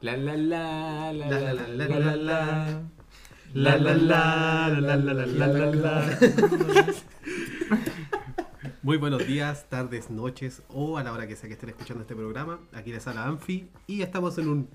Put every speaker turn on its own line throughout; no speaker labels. La la la la
La, la, la, la, la, la.
La, la, la, la, la, la, la, la, la.
Muy buenos días, tardes, noches o a la hora que sea que estén escuchando este programa. Aquí les habla Anfi y estamos en un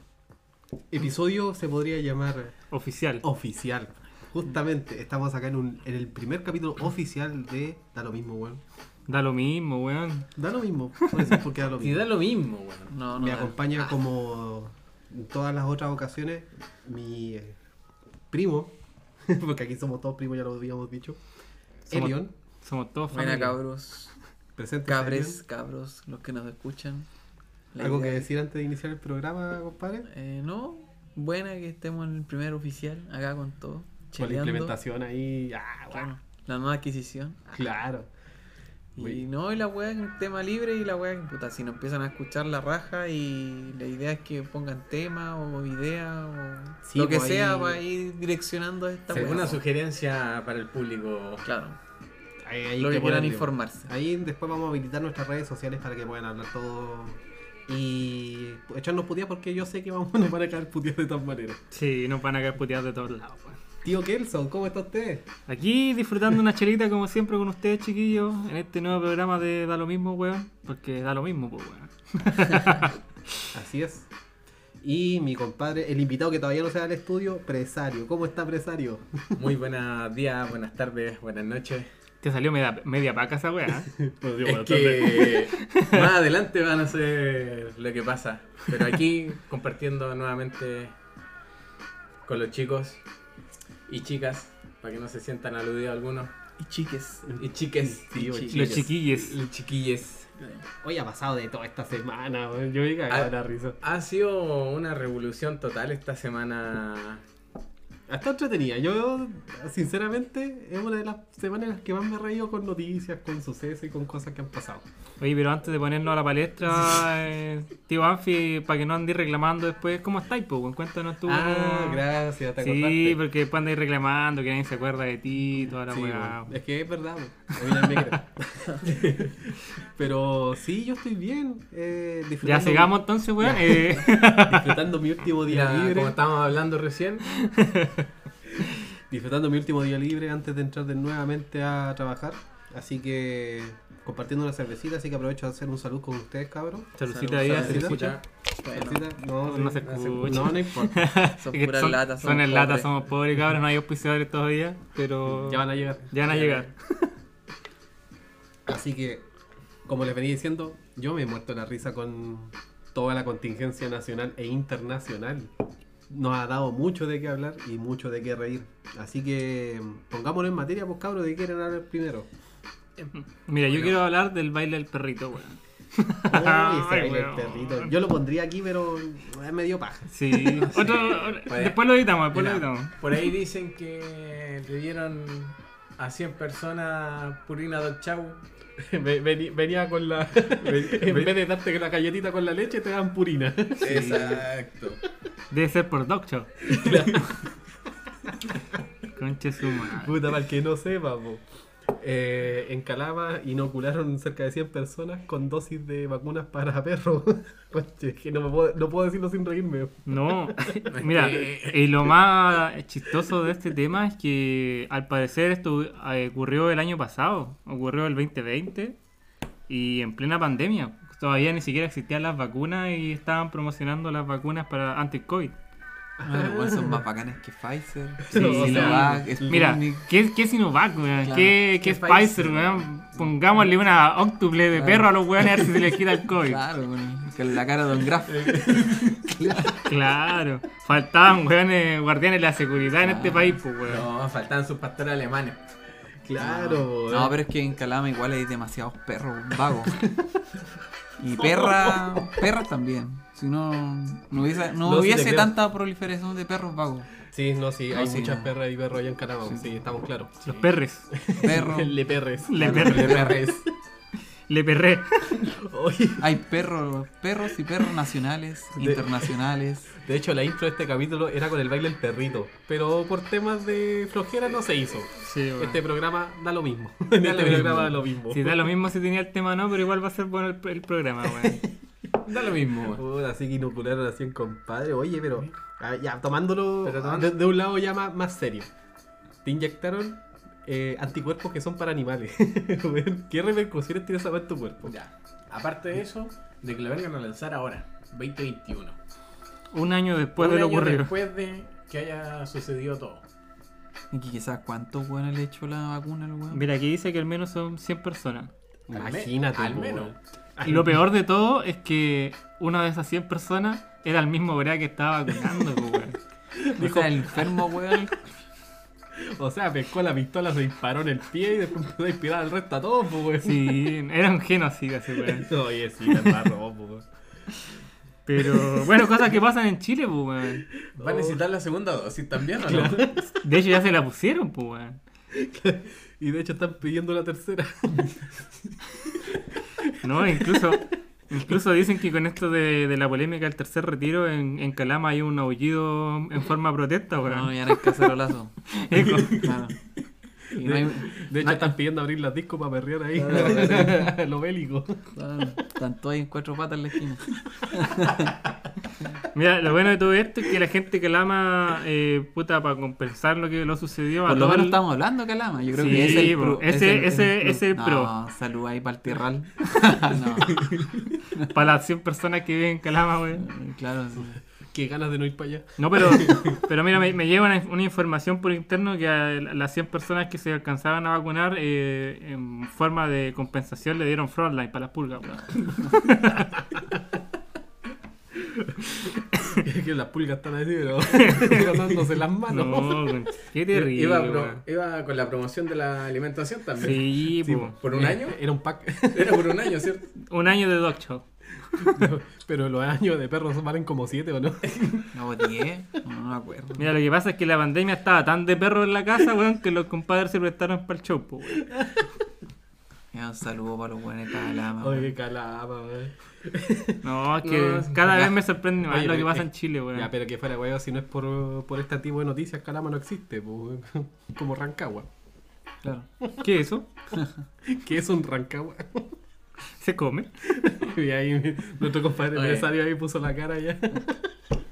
episodio, se podría llamar
Oficial.
oficial. Justamente, estamos acá en, un, en el primer capítulo oficial de Da lo mismo, weón.
Da lo mismo, weón.
Da lo mismo, por eso es porque da lo
Si
mismo.
da lo mismo, weón.
No, no.
Me
da.
acompaña como en todas las otras ocasiones mi eh, primo, porque aquí somos todos primos, ya lo habíamos dicho.
Somos-
Elion,
Somos todos
Buena,
familia.
cabros.
presente.
Cabres, cabros, los que nos escuchan. La
¿Algo que
idea-
decir antes de iniciar el programa, compadre?
Eh, no, buena que estemos en el primer oficial, acá con todo.
Con la
cheleando.
implementación ahí. Ah, guau,
Claro, la nueva adquisición.
claro.
Y
Muy-
no, y la weá en tema libre y la weá en puta. Si nos empiezan a escuchar la raja y la idea es que pongan tema o idea o
Sí,
lo que
pues,
sea
ahí-
para ir direccionando a esta weá.
¿Alguna sugerencia para el público?
Claro,
Ahí, ahí
lo
te
que quieran
ponen,
informarse.
Ahí después vamos a habilitar nuestras redes sociales para que puedan hablar todo. Y echarnos puteas porque yo sé que vamos, nos van a caer puteas de todas maneras.
Sí, nos van a caer puteados de todos lados, weón.
Tío Kelson, ¿cómo está usted?
Aquí disfrutando una chelita como siempre con ustedes, chiquillos, en este nuevo programa de Da lo mismo, weón. Porque da lo mismo, pues, weón.
Así es. Y mi compadre, el invitado que todavía no se da al estudio, Presario. ¿Cómo está Presario?
Muy buenos días, buenas tardes, buenas noches.
Te salió media, media paca esa weá. ¿eh?
Es que más adelante van a ser lo que pasa. Pero aquí compartiendo nuevamente con los chicos y chicas, para que no se sientan aludidos algunos.
Y chiques.
Y chiques.
Sí, o
Y
Los
chiques.
chiquilles.
Los chiquilles.
Hoy ha pasado de toda esta semana, weón. yo me cagaba
Ah.
la risa.
Ha sido una revolución total esta semana.
Está entretenida. Yo, sinceramente, es una de las semanas en las que más me he reído con noticias, con sucesos y con cosas que han pasado.
Oye, pero antes de ponernos a la palestra, eh, tío Anfi, para que no andes reclamando después, ¿cómo estáis, pues, weón? Cuéntanos tú.
ah,
weón.
gracias, te
Sí, porque después andáis reclamando que nadie se acuerda de ti y toda la
Sí,
weá.
bueno, es que es verdad. bueno, a mí ya me creen. Pero sí, yo estoy bien. eh,
Ya
disfrutando,
sigamos entonces, weón.
Ya.
Eh,
Disfrutando mi último día
Ya,
libre.
como estábamos hablando recién,
Disfrutando mi último día libre antes de entrar de nuevamente a trabajar. Así que compartiendo una cervecita, así que aprovecho de hacer un saludo con ustedes, cabros.
saludcita ahí,
Salud,
se
saludcita.
saludcita.
escucha.
Bueno,
Cervecita, No,
No se
no
escucha.
no, no importa.
son
Es que
puras
son-
latas.
son en lata,
pobres.
somos pobres, cabros, no hay auspiciadores todavía, pero
Ya van a llegar.
ya van a llegar.
Así que, como les venía diciendo, yo me he muerto la risa con toda la contingencia nacional e internacional. Nos ha dado mucho de qué hablar y mucho de qué reír. Así que pongámonos en materia, pues cabros, de qué quieren hablar primero.
Mira, yo quiero hablar del baile del perrito, weón.
Uy, se baila el
weón.
perrito. Yo lo pondría aquí, pero es medio paja.
Sí, otro, otro-
Puede-
después lo editamos, después
Mira,
lo editamos.
por ahí dicen que le dieron a 100 personas purina Don Chau.
Venía con la. en vez de darte la galletita con la leche, te dan purina.
Exacto.
Debe ser por Doc Show. Conche su madre.
Puta, para el que no sepa, po. Eh, en Calama inocularon cerca de 100 personas con dosis de vacunas para perros. Conche, que no, me puedo, no puedo decirlo sin reírme.
No, mira, y lo más chistoso de este tema es que al parecer esto eh, ocurrió el año pasado, ocurrió el 2020 y en plena pandemia. Todavía ni siquiera existían las vacunas y estaban promocionando las vacunas para anti-COVID.
No, los weones son más bacanas que Pfizer.
Sí,
Sinovac,
la-
Sputnik.
Mira, ¿qué, qué Sinovac, weón?
Claro.
¿Qué, qué
¿Qué
Spicer,
Pfizer?
weón? Pongámosle una óctuple de
Claro.
perro a los weones a ver si se les quita el COVID. Claro.
Claro, bueno, con la cara de Don Graf.
Faltaban weones guardianes de la seguridad en
Claro.
este país, pues, weón.
No, faltaban sus pastores alemanes.
Claro,
No, pero es que en Calama igual hay demasiados perros vagos. Y perra, perras también. Si no, no hubiese, no
No, sí
hubiese
te creo.
tanta proliferación de perros vagos.
Sí, no, sí,
No,
hay
sí,
muchas
no.
perras y perros allá en Calama. Sí,
Sí.
estamos claros.
Los perres.
Perro,
Le perres.
Le
Bueno,
perres.
le perres.
Le perré.
Oye,
hay perros, perros y perros nacionales,
De-
internacionales.
de hecho, la intro de este capítulo era con el baile del perrito. Pero por temas de flojera no se hizo.
Sí, weón.
Este programa da lo mismo. En
Da
este
lo
programa
mismo.
da lo mismo.
Si da lo mismo si tenía el tema no, pero igual va a ser bueno el, el programa, weón.
Da lo mismo.
Puta, así que inocularon así en compadre. Oye, pero a ver, ya tomándolo
Pero tomando-
de, de un lado ya más, más serio. Te inyectaron eh, anticuerpos que son para animales. Weón, ¿Qué repercusiones tiene esa parte en tu cuerpo?
Pues Ya. Aparte de eso, de que lo vengan a lanzar ahora, 2021.
Un año después
Un
de lo
año
ocurrido.
Después de que haya sucedido todo.
Y que quizás cuántos weones le echó la vacuna al weón.
Mira, aquí dice que al menos son 100 personas.
Al me-
Imagínate.
al
po,
menos.
weón.
Y lo peor de todo es que una de esas 100 personas era el mismo Brea que estaba vacunando, po, weón.
O sea, el enfermo weón.
O sea, pescó la pistola, se disparó en el pie y después empezó a disparar al resto a todos, po, weón.
Sí, era un genocida ese weón.
Oye, sí, la embarró, po, weón.
Pero bueno, cosas que pasan en Chile, po, weón.
¿Va a necesitar la segunda dosis también o no?
De hecho, ya se la pusieron, po, weón.
Y de hecho están pidiendo la tercera.
No, incluso, incluso dicen que con esto de, de la polémica del tercer retiro, en, en Calama hay un aullido en forma de protesta,
No,
weón.
ya era el cacerolazo.
Es como-
Claro. Y no
De,
hay-
de hecho están pidiendo abrir las discos para perrear
Ah,
ahí. lo bélico.
claro, están todos ahí en cuatro patas en la esquina.
Mira, lo bueno de todo esto es que la gente que Calama, eh, puta, para compensar lo que lo sucedió a
Por lo
todo
menos
el-
estamos hablando, Calama. Yo creo
Sí,
que ese es el
po.
pro.
Ese- ese- ese es el pro.
No, salud ahí para el tierral. no,
para las 100 personas que viven en Calama, weón.
claro. sí.
Qué ganas de no ir para allá.
No, pero, pero mira, me, me llega una, una información por interno que a las 100 personas que se alcanzaban a vacunar, eh, en forma de compensación, le dieron frontline para las pulgas, weón.
que las pulgas están así, pero ganándose las manos.
No, weón, qué terrible,
Iba, pro-
weón.
iba con la promoción de la alimentación también.
Sí,
Sí,
po.
¿Por un
Eh,
año?
Era un pack.
Era por un año, ¿cierto?
un año de Dog Show.
Pero los años de perros valen como siete, ¿o no?
No, 10. No, no me acuerdo.
Mira, lo que pasa es que la pandemia estaba tan de perro en la casa, weón, que los compadres se prestaron para el show, po, weón.
Ya, Un saludo para los buenos de Calama.
Oye, qué calama, weón.
No, es que
No,
cada vez me sorprende más
Oye,
lo que
pero-
pasa en Chile, weón.
Ya, pero que fuera, weón, si no es por, por este tipo de noticias, calama no existe, pues, weón. Como Rancagua.
Claro.
¿Qué es eso?
¿Qué es un Rancagua?
¿Se come?
Y ahí nuestro compadre
Oye.
empresario ahí puso la cara ya.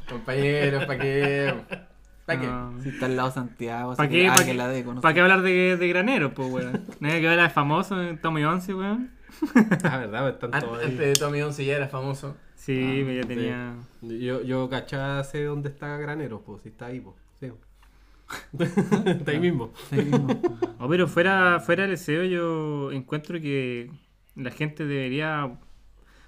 Compañeros, ¿para qué? ¿Para qué?
No.
Si está al lado Santiago, así
¿Para
que
qué, pa'
alguien
qué-
la debe conocer.
pa' qué hablar de, de granero, po, weón? No hay que hablar de famoso en Tommy 11, weón.
Ah, verdad, están
An-
todos
Antes
ahí.
de Tommy 11 ya era famoso.
Sí,
Ah,
ya tenía.
Yo, yo cachá, sé dónde está Granero, pues, si está ahí, pues. Sí. está ahí mismo.
Sí, mismo.
Oh, pero fuera, fuera del SEO, yo encuentro que la gente debería.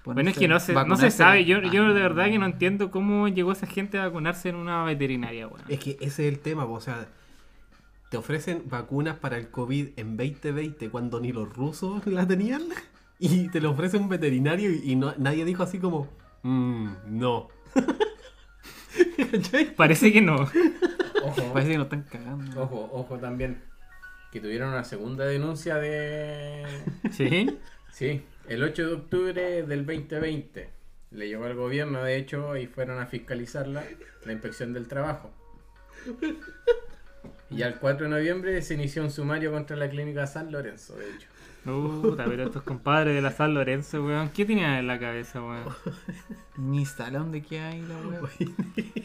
Bueno, es que no se, no se
Vacunarse.
sabe. Yo, yo de
Ah.
verdad que no entiendo cómo llegó esa gente a vacunarse en una veterinaria, weón.
Es que ese es el tema, po, o sea, te ofrecen vacunas para el COVID en 2020 cuando ni los rusos la tenían y te lo ofrece un veterinario y, y no- nadie dijo así como, "Mm, no. ¿Cachai?
Parece que no.
Ojo,
Parece que nos están cagando.
ojo, ojo también. Que tuvieron una segunda denuncia de.
Sí.
Sí, el 8 de octubre del 2020. Le llegó al gobierno, de hecho, y fueron a fiscalizarla la inspección del trabajo. Y al 4 de noviembre se inició un sumario contra la clínica San Lorenzo, de hecho.
Puta, pero estos compadres de la San Lorenzo, weón. ¿Qué tenían en la cabeza, weón?
Ni sale dónde queda ahí la weá.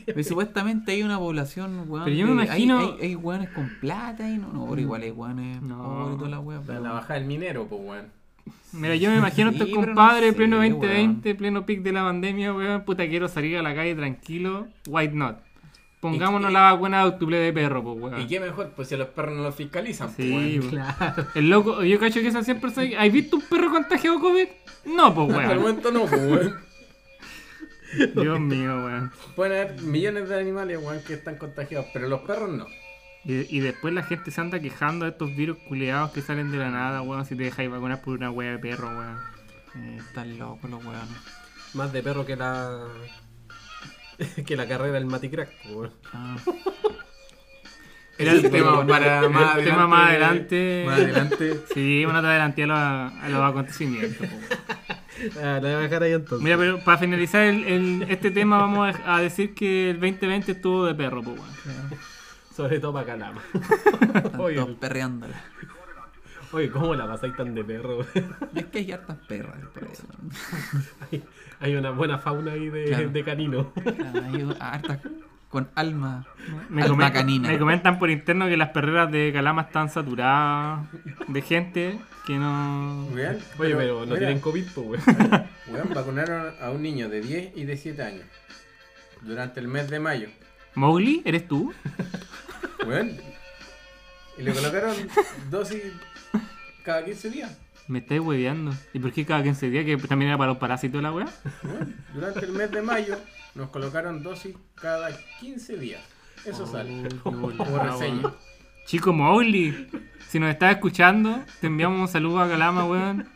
Pero supuestamente hay una población, weón.
Pero yo me
de- hay-
imagino- Mm.
Hay, hay weones con plata y no, no, pero igual hay weones.
No.
pobres y toda la weá.
La
pero-
navaja del minero, pues, weón.
Mira, yo me imagino a
Sí,
estos
pero no
compadres,
sé,
pleno 2020, pleno pic de la pandemia, weón. Puta, quiero salir a la calle tranquilo. Why not? Pongámonos la vacuna de octubre de perro, pues,
Ah.
weón.
¿Y qué mejor? Pues si a los perros no los fiscalizan, pues,
Sí,
weón.
weón. El loco, yo cacho que esas 100 personas. ¿Has visto un perro contagiado COVID? No, pues,
Hasta el
weón.
momento no, pues, weón.
Dios mío, weón.
Pueden haber millones de animales, weón, que están contagiados, pero los perros no.
Y, y después la gente se anda quejando de estos virus culeados que salen de la nada, weón. Si te dejáis vacunar por una wea de perro, weón.
Eh, están locos los weones.
Más de perro que la que la carrera del Maticrack. po.
Ah,
Era el tema
bueno,
para
el
más adelante.
tema más adelante.
Más adelante.
Sí, bueno, te adelanté a los, a los acontecimientos, po, weón.
Ah, la voy a dejar ahí entonces.
Mira, pero para finalizar el- el- este tema, vamos a, a decir que el 2020 estuvo de perro, pues, weón.
Sobre todo para Calama.
están
Oye,
todos
el-
perreándola.
Oye, ¿cómo la pasáis tan de perro?
Es que hay hartas perras por eso.
hay, hay una buena fauna ahí de,
Claro.
de canino.
Hay hartas con alma.
Me,
alma
comen-
canina.
me comentan por interno que las perreras de Calama están saturadas de gente que no.
Weón,
Oye, pero no
mira,
tienen COVID, pues, weón.
weón, vacunaron a un niño de 10 y de 7 años durante el mes de mayo.
¿Mowgli? ¿Eres tú?
Weón. Y le colocaron dosis cada 15 días.
Me estáis hueveando. ¿Y por qué cada 15 días que también era para los parásitos la weá?
Weón, durante el mes de mayo nos colocaron dosis cada 15 días.
Oh,
Eso sale. Como reseña.
Chico Mowgli, si nos estás escuchando, te enviamos un saludo a Calama, weón.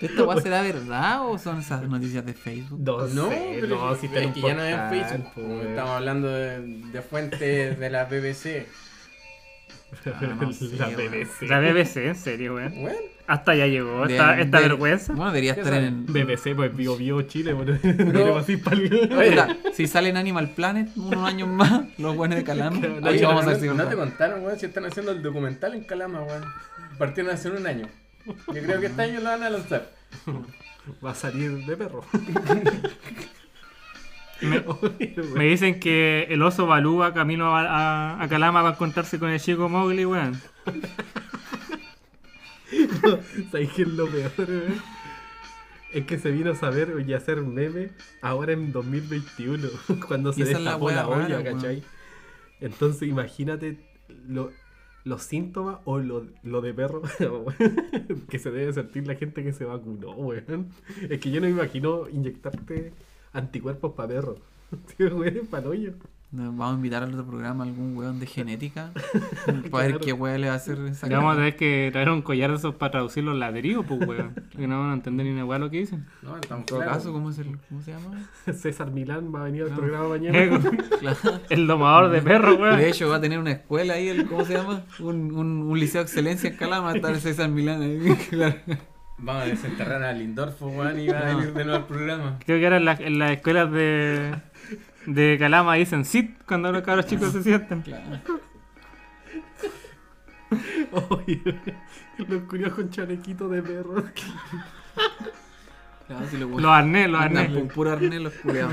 ¿Esta
pues.
weá será verdad o son esas noticias de Facebook?
No,
Pues No,
sé,
pero
no, si está
es
en un
que ya no es en
portal,
Facebook.
pues,
como
weón.
Estamos hablando de, de fuentes de la BBC.
Ah, no sé,
la
weón.
BBC.
La BBC, en serio, weón.
Bueno,
Hasta ya llegó
De-
esta, esta
de-
vergüenza.
Bueno, debería
¿Qué
estar
sale?
en.
BBC, pues Bio Bio Chile, bueno, Pero así pal-
Puta, si sale en Animal Planet unos años más, los buenos de Calama, ahí
oye,
vamos a
no,
ver si es
no te
verdad.
contaron, weón, si están haciendo el documental en Calama, weón. Partieron hace un año. Yo creo que este año lo van a lanzar.
Va a salir de perro.
Me,
Oye, weón.
me dicen que el oso Balúa camino a, a- a Calama va a encontrarse con el chico Mowgli, weón.
¿Sabes qué es lo peor, weón? Es que se vino a saber y a hacer meme ahora en 2021, cuando se
esa es la
destapó
wea
la olla,
rara, weón.
¿cachai? Entonces imagínate lo- los síntomas o lo, lo de perro weón, que se debe sentir la gente que se vacunó, weón. Es que yo no me imagino inyectarte anticuerpos para perro. Sí, weón, es pa'lhoyo.
Nos Vamos a invitar al otro programa a algún weón de genética para ver
Claro.
qué weón le va a hacer esa
Le vamos a
cara.
tener que traer un collar de esos para traducir los ladrillos, pues, weón. Porque no van a entender ni una weá lo que dicen.
No, estamos
En todo
claros.
caso, ¿cómo, es el- cómo se llama?
César Milán va a venir al
No.
programa mañana.
El
Claro.
domador de perros,
De
weón.
hecho, va a tener una escuela ahí, el, ¿cómo se llama? Un, un, un liceo de excelencia en Calama, va a estar César Milán ahí. Claro.
Vamos a desenterrar a Lindorfo, weón, y va a
No.
venir de nuevo al programa.
Creo que ahora en, la- en las escuelas de, de Calama dicen sit cuando los cabros chicos se sientan.
Oye, los curiosos con chalequitos de perro.
Claro, si Ah, lo
Los arnés, los
Andan
arnés.
con puro arnés los
Mm,
culiados.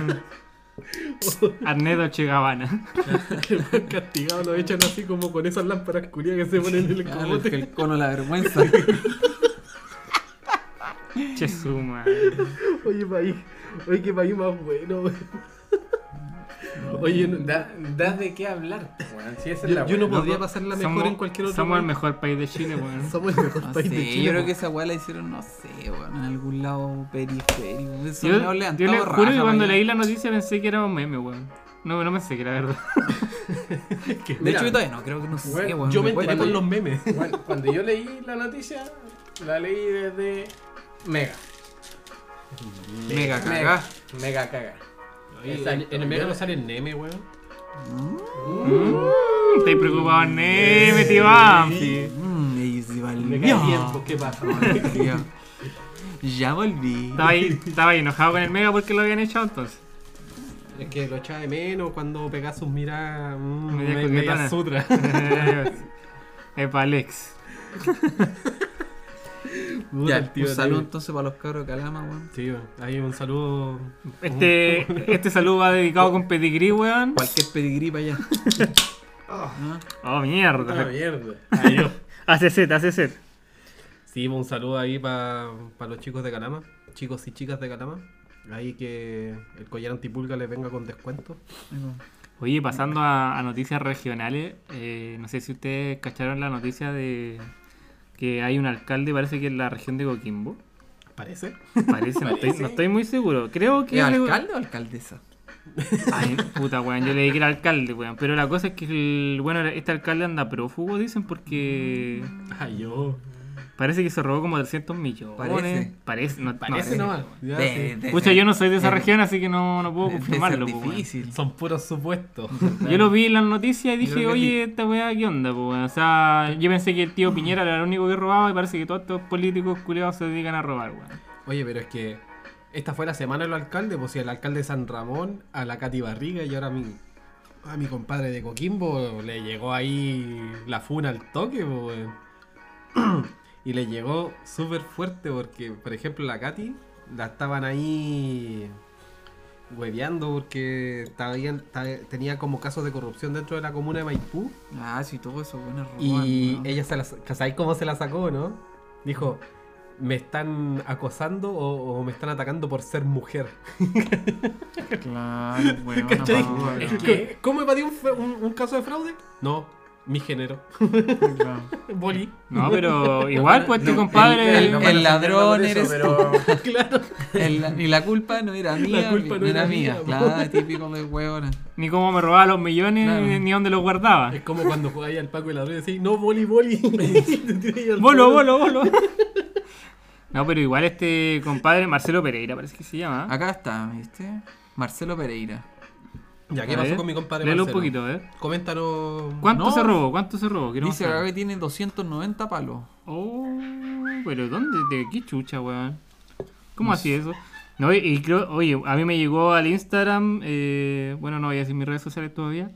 Arnés de Chegabana.
Que lo han castigado, lo echan así como con esas lámparas culias que se ponen en el
Claro, Ah, el,
cogote.
el cono de la vergüenza.
Che su madre.
Oye, país. Oye, qué país más bueno, güey. Oye, no-
Da, da de qué hablar, weón. Si esa es la
yo, yo no
weá.
podría pasarla mejor
Somos-
en cualquier otro
Somos el
país.
mejor país de Chile, weón.
Somos el mejor
No
país de
sé,
Chile.
Ah, yo creo
po.
que esa weá la hicieron, no sé, weón, en algún lado periférico. Eso
Yo,
no le han
yo le
dado
juro que
raja,
cuando
weón.
leí la noticia pensé que era un meme, weón. No, no pensé que era verdad.
De
Mira,
hecho, yo todavía no creo que no sé,
weón,
weón.
Yo me
cuesta.
enteré por los memes.
Bueno, cuando yo leí la noticia, la leí desde Mega.
Mega cagá.
Mega, mega caga. Exacto.
salen meme, weón.
Estoy preocupado, neme, tío Banfi.
Mmm, y se volvió.
Me cae bien, pues, ¿qué pasa?
Volvió. Ya volví.
Estaba ahí, estaba ahí enojado con el mega porque lo habían echado entonces.
Es que lo echaba de menos cuando mm, pegás sus miradas.
Media
Media,
coquetona.
sutra.
Epa, Alex.
Ya,
Puta, el tío,
un saludo
tío.
entonces para los cabros de Calama, weón.
Tío, ahí un saludo.
Este, este saludo va dedicado con pedigrí, weón.
Cualquier pedigrí para allá. ¿Ah?
Oh,
Una
mierda.
mierda.
Adiós.
Hace set, hace set.
Sí, pues, un saludo ahí para los chicos de Calama, chicos y chicas de Calama. Ahí que el collar antipulga les venga con descuento.
Oye, pasando a, a noticias regionales, eh, no sé si ustedes cacharon la noticia de que hay un alcalde, parece que en la región de Coquimbo.
¿Parece?
Parece, no, estoy, no estoy muy seguro. Creo que.
¿Es alcalde o alcaldesa?
Ay, puta, weón. Yo leí que era alcalde, weón. Pero la cosa es que, el- bueno, este alcalde anda prófugo, dicen, porque
Ay, yo.
parece que se robó como 300 millones.
Parece.
Parece, no,
Parece
no.
nomás. Ya, sí.
Pucha, yo no soy de esa
de-
región, así que no, no puedo
de- de ser
confirmarlo, po, weón.
difícil.
Son puros supuestos.
Yo lo vi en las noticias y
creo
dije,
que
oye, esta weá, ¿qué onda? po, weón? O sea, yo pensé que el tío Piñera era el único que robaba y parece que todos estos políticos culiados se dedican a robar, weón.
Oye, pero es que esta fue la semana del alcalde, pues si el alcalde de San Ramón, a la Cati Barriga y ahora a mi, a mi compadre de Coquimbo le llegó ahí la funa al toque, pues. weón. y le llegó súper fuerte porque, por ejemplo, la Katy la estaban ahí hueveando porque estaban- ta- tenía como casos de corrupción dentro de la comuna de Maipú.
Ah, sí, todo eso, bueno,
Y ella se la, ¿sabéis cómo se la sacó, no? Dijo, me están acosando o, o me están atacando por ser mujer.
Claro, weón.
¿Cachai?
weón.
Es que- ¿Qué?
¿Cómo evadí un, fue- un- un caso de fraude? No, mi género.
Claro.
Boli.
No, pero igual, pues este
No,
compadre.
el- el- ladrón eres
pero
Claro.
El- y la culpa no era mía.
culpa no
era,
era
mía.
mía,
pues.
Claro, típico de huevona.
Ni cómo me robaba los millones,
Claro.
ni- ni dónde los guardaba.
Es como cuando jugáis al Paco y la red y decís, no, boli, boli. Te tiráis al
Bolo,
suelo.
bolo, bolo. No, pero igual este compadre, Marcelo Pereira, parece que se llama.
Ah,
¿eh?
Acá está, ¿viste? Marcelo Pereira.
Ya, ¿qué
A
pasó
ver,
con mi compadre
Léelo un
Marcelo?
poquito, ¿eh?
Coméntanos.
¿Cuánto
No.
se robó? ¿Cuánto se robó? Quiero
Dice
mostrar.
acá que tiene 290 palos.
Oh, pero ¿dónde? ¿De qué chucha, weón? ¿Cómo así eso? No, y- y creo, oye, a mí me llegó al Instagram, eh, bueno, no voy a decir mis redes sociales todavía,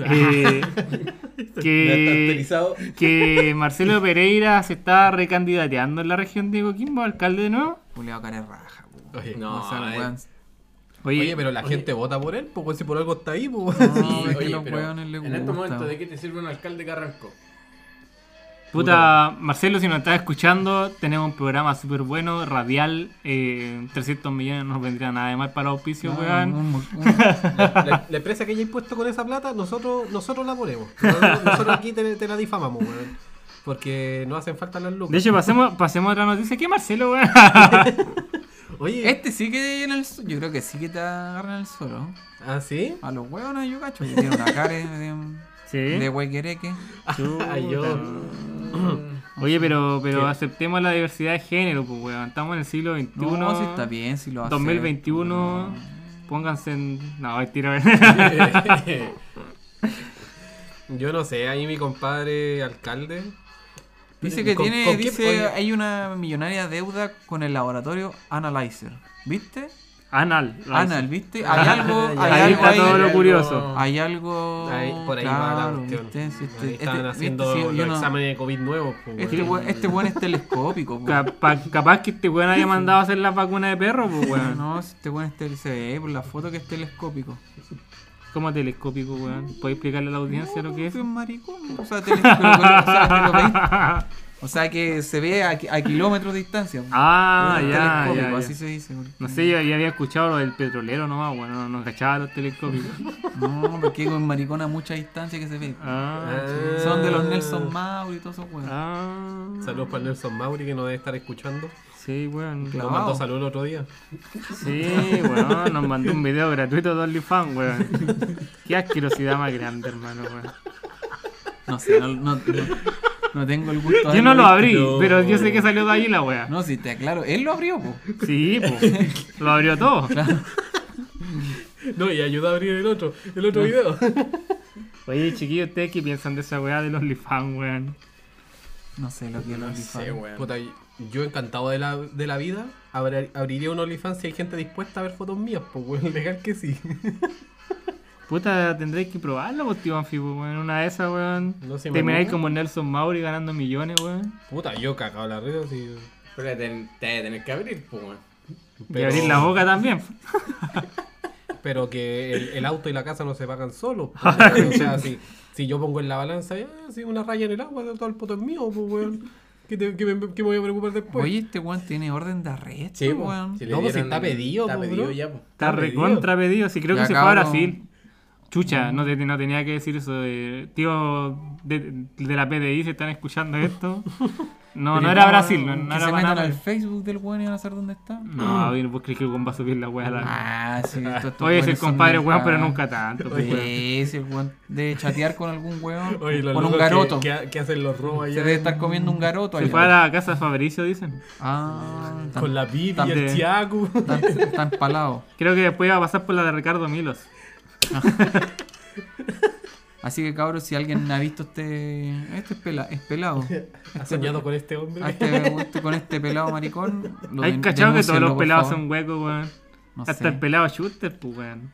eh, que,
Destartelizado.
que Marcelo Pereira se está recandidateando en la región de Coquimbo, alcalde de nuevo.
Juliado cara de raja, pues, weón.
Oye,
No,
O sea, el
eh.
weón-
Oye,
Oye, pero la gente vota por él, pues weón, si por algo está ahí, pues.
No,
Sí,
es que
oye,
los
pero
hueones les
en estos
gusta,
momentos,
weón.
¿de qué te sirve un alcalde Carranco?
Puta, Marcelo, si nos estás escuchando, tenemos un programa súper bueno, radial. eh, 300 millones no nos vendría nada de mal para auspicio,
No,
weón.
un- un-
La, la empresa que haya impuesto con esa plata, nosotros, nosotros la ponemos. Nosotros, nosotros aquí te, te la difamamos, weón. Porque no hacen falta las
De
lucas.
hecho, pasemos, pasemos a otra noticia. ¿Qué Marcelo, weón?
Oye,
Este sí que en el su- Yo creo que sí que te agarran el suelo.
¿ah, sí?
A los hueones yo cacho. que tiene una cara de,
Sí.
de, de huequereque.
Ay, yo.
Oye, pero, pero
¿Qué?
aceptemos la diversidad de género, pues, weón. Estamos en el siglo XXI.
No, si está bien, si lo hace.
2021. Pónganse en. No, mentira.
Yo no sé, ahí mi compadre alcalde.
Dice que
¿Con-
tiene,
con qué-
dice,
oye?
hay una millonaria deuda con el laboratorio Analyzer. ¿Viste?
Anal.
Anal, ¿viste? Hay algo,
Ah, ya,
hay
ya.
Ahí
algo
está
ahí.
todo lo
algo-
curioso.
Hay algo.
Ahí, por ahí va la
Oh, claro,
cuestión.
¿viste? Si este-
Ahí
este-
estaban
¿viste?
haciendo
Sí, yo
los
no-
exámenes de COVID nuevos, pues, weón.
Este weón este weón es telescópico. po.
Capaz, capaz que este weón haya mandado a hacer las vacunas de perro, pues, weón.
No, si este weón es tel- se ve por la foto que es telescópico.
¿Cómo telescópico, weón? ¿Puedes explicarle a la audiencia lo que es?
Es un maricón. O sea, telescópico. o, sea, te lo veis- o sea, que se ve a, a kilómetros de distancia. po.
Ah,
Es
ya,
telescópico,
ya, ya.
así se dice. porque-
No sé, yo ya había escuchado lo del petrolero nomás, bueno, no, no cachaba los telescópicos.
No, porque es un maricón a mucha distancia que se ve.
Ah,
Ah.
Son de los Nelson Mauro y todos esos weones.
ah.
Saludos para Nelson Mauri que nos debe estar escuchando.
Sí, weón.
Claro.
Nos mandó saludos el otro día.
Sí, weón, nos mandó un video gratuito de OnlyFans, weón. Qué asquerosidad más grande, hermano, weón.
No sé, no, no, no- no tengo el gusto de
Yo no
haberlo
lo abrí,
visto.
pero yo sé que salió de ahí la weá.
No, si te aclaro, él lo abrió, po.
Sí, pues. Lo abrió todo.
No, y ayudó a abrir el otro, el otro video.
Oye, chiquillos, ¿ustedes qué piensan de esa weá de los OnlyFans, weón?
No sé lo que es lo
No
que
sé,
fue.
weón.
Puta, yo encantado de la, de la vida, abri- abriría un OnlyFans si hay gente dispuesta a ver fotos mías, pues weón, legal que sí.
Puta, tendréis que probarlo, pues, tío Anfibo, weón. Una de esas, weón.
No se me
Termináis
ocurre.
como Nelson Mauri ganando millones, weón.
Puta, yo cagado la red así.
Pero ten- te debe tener que abrir, pues, weón.
Y abrir la boca también.
Pero que el, el auto y la casa no se pagan solos. pues, weón. o sea, si, si yo pongo en la balanza, ya, si una raya en el agua, todo el poto es mío, pues weón. ¿Qué, te- qué me, qué me voy a preocupar después?
Oye, este weón tiene orden de arresto,
Sí, po.
weón.
Si le
No, pues, si
dieron-
está pedido,
Está
po,
pedido
bro.
ya, po.
Está
pedido.
recontra pedido. Sí, creo
Ya,
que se fue a
cabrón.
Brasil. Chucha, no, te- no tenía que decir eso. eh, tío de, de la PDI, se están escuchando esto. No,
Pero
no era
¿cómo
Brasil, no,
que
no era
se metan
Panamá.
al Facebook del weón y van a saber dónde está.
No, a ver, vos crees que el weón va a subir la weá. La...
Ah, sí, esto, esto
Oye, es el compadre weón, pero nunca tanto. pues, weón.
Sí, si el Ah, weón debe chatear con algún weón.
Oye, los
con un
locos
garoto.
Que, que- que hacen los robos
Se
allá
debe estar comiendo un garoto
Se
allá.
fue a la casa de Fabricio, dicen.
Ah, tan-
con la Biblia,
Tan-
el Tiago.
tan- Está empalado.
Creo que después va a pasar por la de Ricardo Milos.
Así que cabros, si alguien ha visto este. Este es, pela- es pelado.
¿Has soñado con este hombre?
A este- este- con este pelado maricón. lo
Hay
den-
cachado que todos
denúncienlo,
los
por
pelados
favor.
son huecos, weón.
No
Hasta
sé.
el pelado Schuster, pues, weón.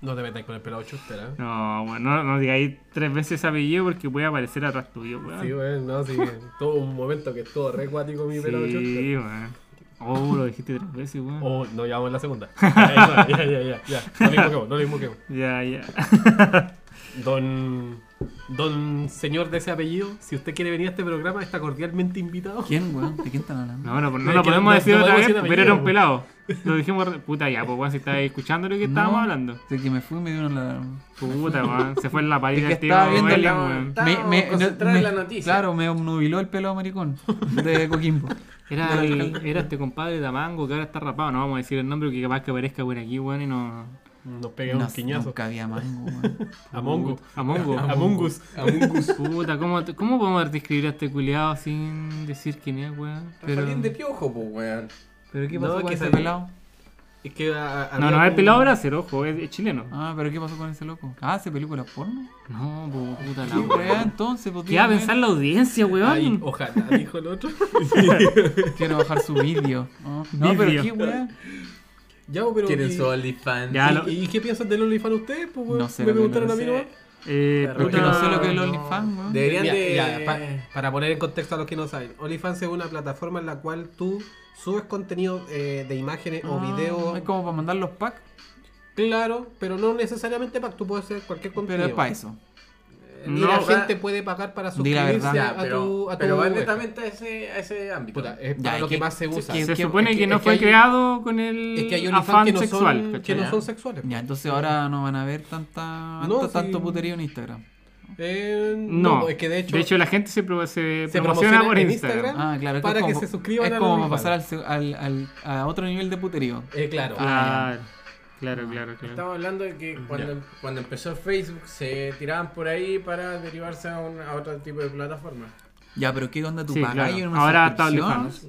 No te metáis con el pelado chuster, ¿eh?
No, bueno, no, no digáis tres veces ese apellido porque voy a aparecer atrás tuyo, weón.
Sí, weón, no, sí. Tuvo un momento que estuvo re cuático mi pelado chuster.
Sí, weón. Oh, lo dijiste tres veces, weón.
Oh, no, ya vamos en la segunda. ya, ya, ya, ya, ya. No le invoquemos, no le invoquemos.
Ya, ya.
Don. Don señor de ese apellido, si usted quiere venir a este programa, está cordialmente invitado.
¿Quién, weón? ¿De quién están hablando?
No, no, no,
Pero es
lo
que
podemos
no-
decir
no
otra
podemos
vez,
decir
pero era un
apellido,
pelado. Lo dijimos, re- puta ya, pues weón, si estáis escuchando lo que estábamos
No.
hablando.
De que me fui, me dieron la.
Puta, weón, se fue en la parida
Es que
el tío
estaba viendo
Belli,
la-
weón.
Estamos concentrados en la noticia.
Claro, me obnubiló el pelo maricón de Coquimbo.
Era, el- era este compadre Tamango que ahora está rapado, no vamos a decir el nombre porque capaz que aparezca weón aquí, weón, y no.
Nos pegué un
No,
quiñazo.
Nunca había mango, weón.
A Mongo.
A Mongo.
A Mongus.
Puta, ¿cómo, ¿cómo podemos describir a este culiado sin decir quién es, weón? Pero,
Rafaelín de piojo, pues, weón.
pero ¿qué
No,
pasó
es
con
que
ese
se-
pelado?
Es que. a- a-
No,
había
no, es
como-
pelado Bracer, ojo, es, es chileno.
Ah, pero ¿qué pasó con ese loco? Ah, hace películas porno.
No, po, puta la
Sí,
weón.
pues, ya, entonces, pues,
¿Qué va a
dígame,
pensar la audiencia,
Ay, oh,
weón?
ojalá, dijo el otro.
Quiero bajar su vídeo. Ah, No,
Vídeo.
pero qué weón.
ya, pero.
Tienen
y-
su OnlyFans.
Ya,
y-
lo-
¿Y qué piensan del OnlyFans ustedes? Pues, weón?
No sé
Me
lo que
preguntaron
no
a mí, ¿no?
Eh,
Pero
Porque
puta,
no sé lo que es el
No.
OnlyFans, weón.
Deberían
Mira,
de.
ya, pa- para poner en contexto a los que no saben, OnlyFans es una plataforma en la cual tú subes contenido eh, de imágenes o
Ah,
videos.
Es como para mandar los packs,
Claro, pero no necesariamente para tú puedes hacer cualquier
pero
contenido.
es para eso.
No,
Y la
va-
gente puede pagar para
Di la
suscribirse
verdad.
Ya,
a,
pero,
tu, a tu
pero va
web.
netamente a ese, a ese ámbito.
Puta, eh. es
Ya,
para
es
lo que,
que-
más se
es
usa.
que-
se
es
supone que,
es que
no fue
hay-
creado con el
Es que hay
afán
OnlyFans que no,
sexual,
son, que
¿cachai?
no son sexuales.
Ya, entonces ahora no van a ver tanta,
No,
tanta- tanto
sí.
puterío en Instagram.
Eh,
No,
es que de hecho,
la gente se, pro- se
se
promociona, por
en
Instagram.
Ah, claro. es
Para
como-
que se suscriban
Es
al
como para
OnlyFans.
pasar al, se- al, al- a otro nivel de puterío.
eh, claro.
ah.
Claro, claro, claro. claro.
Estamos hablando de que cuando, cuando empezó Facebook se tiraban por ahí para derivarse a, un- a otro tipo de plataforma.
Ya, pero ¿qué onda tu
Sí,
pagallo
claro.
en una
Ahora está
suscripción?
OnlyFans.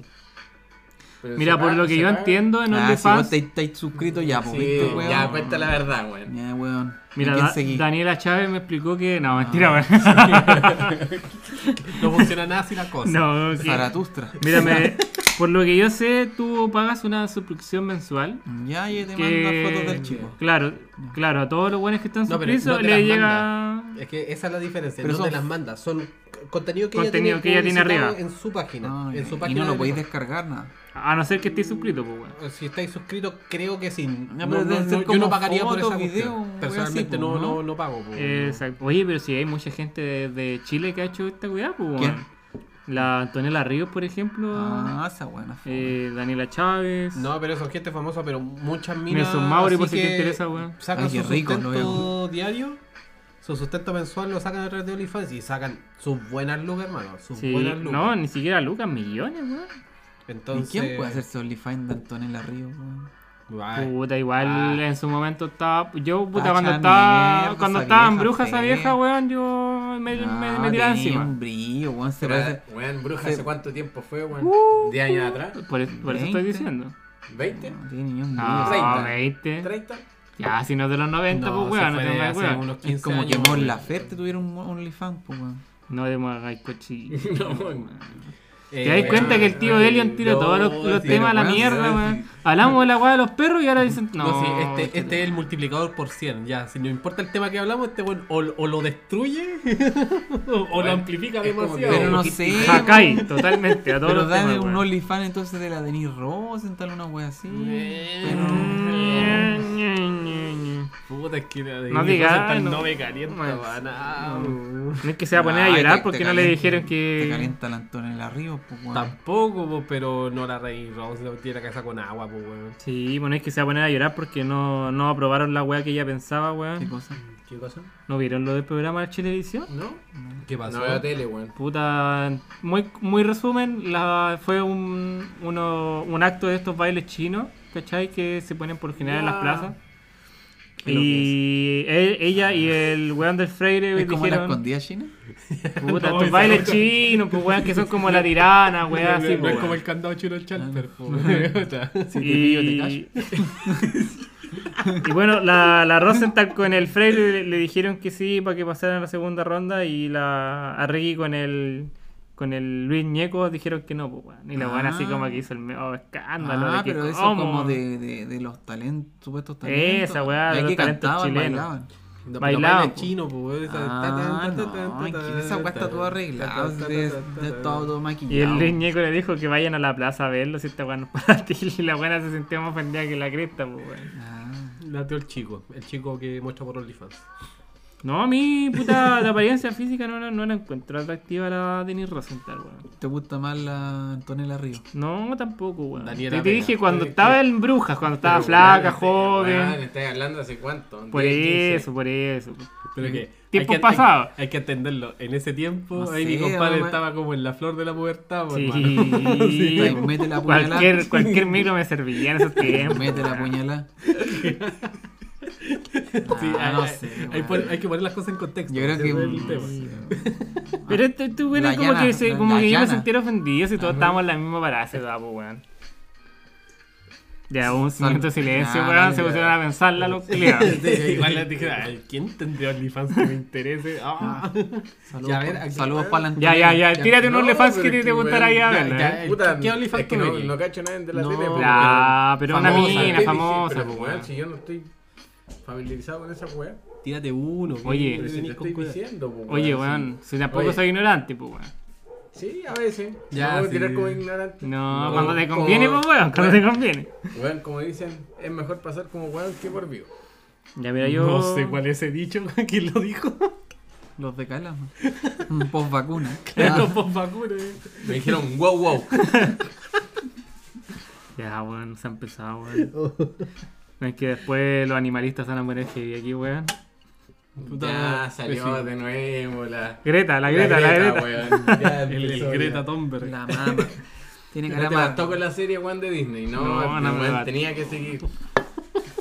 Pero
Mira,
se
por
paga-
lo que
se
yo
paga.
entiendo en
Ah, si vos
OnlyFans,
te estáis suscrito ya, pues,
Sí,
¿viste, weón?
ya cuenta la verdad, weón.
Ya, weón. ¿Y
mira,
quién
Da-
seguí?
Daniela Chávez me explicó que. No, mentira, weón.
No funciona nada sin la cosa.
No, que-
Zaratustra.
Mira, me- por lo que yo sé, tú pagas una suscripción mensual.
Ya, y te
que-
manda fotos del chico.
Claro, claro, a todos los buenos que están
No, pero no
suscritos
te
le
las
llega.
Es que esa es la diferencia,
Pero
no
son-
te las manda, son c- contenido que
Contenido
ella tiene,
que ella tiene
publicitado
arriba.
en su página,
Ah,
en su
y
página
no
de
lo podéis
OnlyFans.
descargar nada.
A no ser que estés suscrito, pues, weón.
si estáis suscritos, creo que sí. No,
pero
no,
deben
no, yo
ser
no
como
pagaría por
fotos,
esa
video,
video.
o
Personalmente
así,
no,
pues,
no,
¿no?
no pago. pues.
Exacto. Oye, pero si hay mucha gente de, de Chile que ha hecho esta weá, pues, weón.
¿Quién?
La Antonella Ríos, por ejemplo.
Ah, esa buena. fome.
eh, Daniela Chávez.
No, pero son gente famosa, pero muchas minas.
Nelson Mauri,
así
por si te
que
interesa, weón.
Sacan
Ay, qué
su
rico,
sustento
no
diario, su sustento mensual lo sacan a través de OnlyFans y sacan sus buenas lucas, hermano. Sus
Sí,
buenas lucas.
no, ni siquiera Lucas, millones, weón.
Entonces,
¿Y quién puede hacerse OnlyFans de Antonella Río, weón?
Ay,
Puta, igual
Ah.
en su momento estaba. Yo, puta,
Cacha
cuando estaba.
mierda,
cuando
esa
estaba en
vieja
bruja esa
fea.
vieja, weón, yo me, me,
Ah,
me tiraba
tenía
encima.
un brillo, weón. Se
Pero,
parece...
weón, bruja,
se-
¿hace cuánto tiempo fue, weón? ¿10 años atrás?
Por, es- por eso
20.
estoy diciendo. Ah,
¿20?
No, tiene ni un brillo.
No,
30.
20.
¿30?
Ya, si no es de los 90,
no,
pues,
se
weón, no
fue
te
de
hagas,
hace
weón.
unos 15
Es como que
años,
Mon
weón.
Laferte tuviera un OnlyFans, pues, weón.
No te hagas cochino.
No, weón.
Eh,
¿Te das cuenta que el tío
eh,
Elion tira
no,
todos los, los
sí,
temas a la
pero, weón,
mierda,
sí.
weón? Hablamos de la weá de los perros y ahora dicen. No,
No, sí, este, este es el multiplicador por 100, ya. Si no importa el tema que hablamos, este weón o, o lo destruye o, o lo
Bueno,
amplifica
es como que-
demasiado.
Pero no
Poquito.
sé.
Hakai, totalmente, a todos
Pero
los
dame
temas,
un
weón.
OnlyFans entonces de la Denise Rosen, tal una wea así.
Eh, Ñe, Ñe, Ñe, Ñe.
Puta, es que la de
No
mi
digas,
cosa tal
no.
no me calienta,
Bueno,
pa'
Mm.
nada, weón.
No es que se va a poner a
Ay, te-
llorar
te
porque no le
calienta-
dijeron
Te
que.
calienta la Antonella Ríos, pues weón.
Tampoco, po, pero no la reí, Rose no tiene la cabeza con agua, pues weón.
Sí, bueno, es que se va a poner a llorar porque no, no aprobaron la weá que ella pensaba,
¿Qué
weón.
cosa?
¿Qué cosa?
¿No vieron lo del programa de Chilevisión?
¿No?
¿Qué
No veo tele, weón.
Puta, muy, muy resumen, la, fue un, uno- un acto de estos bailes chinos, ¿cachai? Que se ponen por lo general en las
Ya.
plazas.
¿Qué lo
Y él- ella y el weón del Freire
Ah. ¿Es como la
dijeron,
escondida china?
puta,
No,
estos
esa
bailes
otra.
chinos, pues weón, que son como la tirana,
No,
weón, así,
Ah, no
pues,
es como
weón.
el candado chino
Ah,
Chalper, po, weón. O sea,
Si te pillo, te callo.
y bueno, la, la Rosenthal con el Freire le, le dijeron que sí para que pasaran a la segunda ronda y la Arregui con el Con el Luis Ñeco dijeron que no, pues, weón. Y la weón así
Ah.
como que hizo el medio escándalo.
Ah,
de que,
pero eso
¿cómo?
como de, de, de los talentos, supuestos talentos.
Esa weá de
Ya
los
que
talentos
cantaban,
chilenos. Ah,
bailaban.
No,
Bailaba,
baila
po.
chino, pues.
Ah, no, es que esa weá está todo arreglado, de- de todo todo
Y el
maquillado.
Luis Ñeco le dijo que vayan a la plaza a verlo si esta weón no es para ti. Y la weón se sentía más ofendida que la cresta, pues, weón.
Ah,
Latió el chico, el chico que muestra por OnlyFans.
No, a mí, puta, la apariencia física no, la- no la encuentro atractiva la Denise Rosenthal, weón.
¿Te gusta más la Antonella Río?
No, tampoco, weón. Te,
Daniela
te
Vega.
dije cuando
Es
estaba
que-
en Brujas, cuando estaba
Pero,
flaca,
weón, este,
joven.
weón, estáis hablando hace cuánto.
por
10, 15.
eso, por eso.
Pero que.
Tiempos
hay que-
pasados.
Hay, hay que entenderlo. En ese tiempo,
No
ahí mi
sé,
compadre
mamá.
estaba como en la flor de la pubertad, po,
Sí.
Oh, hermano.
Ahí, mete la puñalada.
Cualquier, cualquier micro me servía en esos tiempos.
Mete la
weón.
puñalada.
Sí,
Ah,
hay,
no
hay-
sé,
hay,
weón.
pon- hay que poner las cosas en contexto.
Yo creo
ese
que. mm, Ah,
fue el tema.
Pero este, este weón
La
es como
llana,
que, se,
la-
como
la
que yo me
llana.
sentía ofendido si todos estábamos en la misma parada, dapo, weón. Ya, un
Sal-
minuto de silencio,
Ah,
weón.
dale,
Se
dale.
pusieron a pensarla los culiados.
Sí, Igual les dije, "Ay, ¿quién tendría OnlyFans que me interese? Ah.
Saludos,
Ya, a ver,
pa-
aquí-
saludos para la
Ya, ya, ya, tírate un
No,
OnlyFans
pero
que
es
te,
que,
gustará
weón,
este
ya,
ya verlo,
ya,
eh.
eh.
Puta,
¿Qué OnlyFans
es que
tú
no,
veis?
no cacho nada de la
No,
tele, pero-
La, pero una
Famosa,
mina
Sí,
famosa,
pero,
po,
weón,
weón.
si yo no estoy familiarizado con esa weá.
Tírate uno. que
Oye.
te
Pero si te
venís con
estoy
cuidado.
diciendo, po,
Oye,
sí.
weón, si tampoco
Oye.
soy ignorante, pues, weón.
Sí, a veces.
Ya,
Ya, no voy a tirar
sí.
como ignorante.
No,
No,
cuando te
como-
conviene, pues, weón, cuando te conviene.
Weón, como dicen, es mejor pasar como weón que por vivo.
Ya, mira, yo.
No sé cuál es ese dicho, quién lo dijo.
Los de Calama. Post vacuna.
Ah.
Claro, post vacuna.
Me dijeron wow, wow.
Ya, weón, se ha empezado, weón. No es que después los animalistas van a poner heavy aquí, weón.
ya salió
pues sí.
de nuevo la.
Greta, la Greta, la Greta.
weón. Ya
El, el
empezó,
Greta
ya.
Thunberg.
La mama. Tiene
No te
calama.
bastó con la serie One de Disney, no,
No,
este
no me
weón
basta.
tenía que seguir.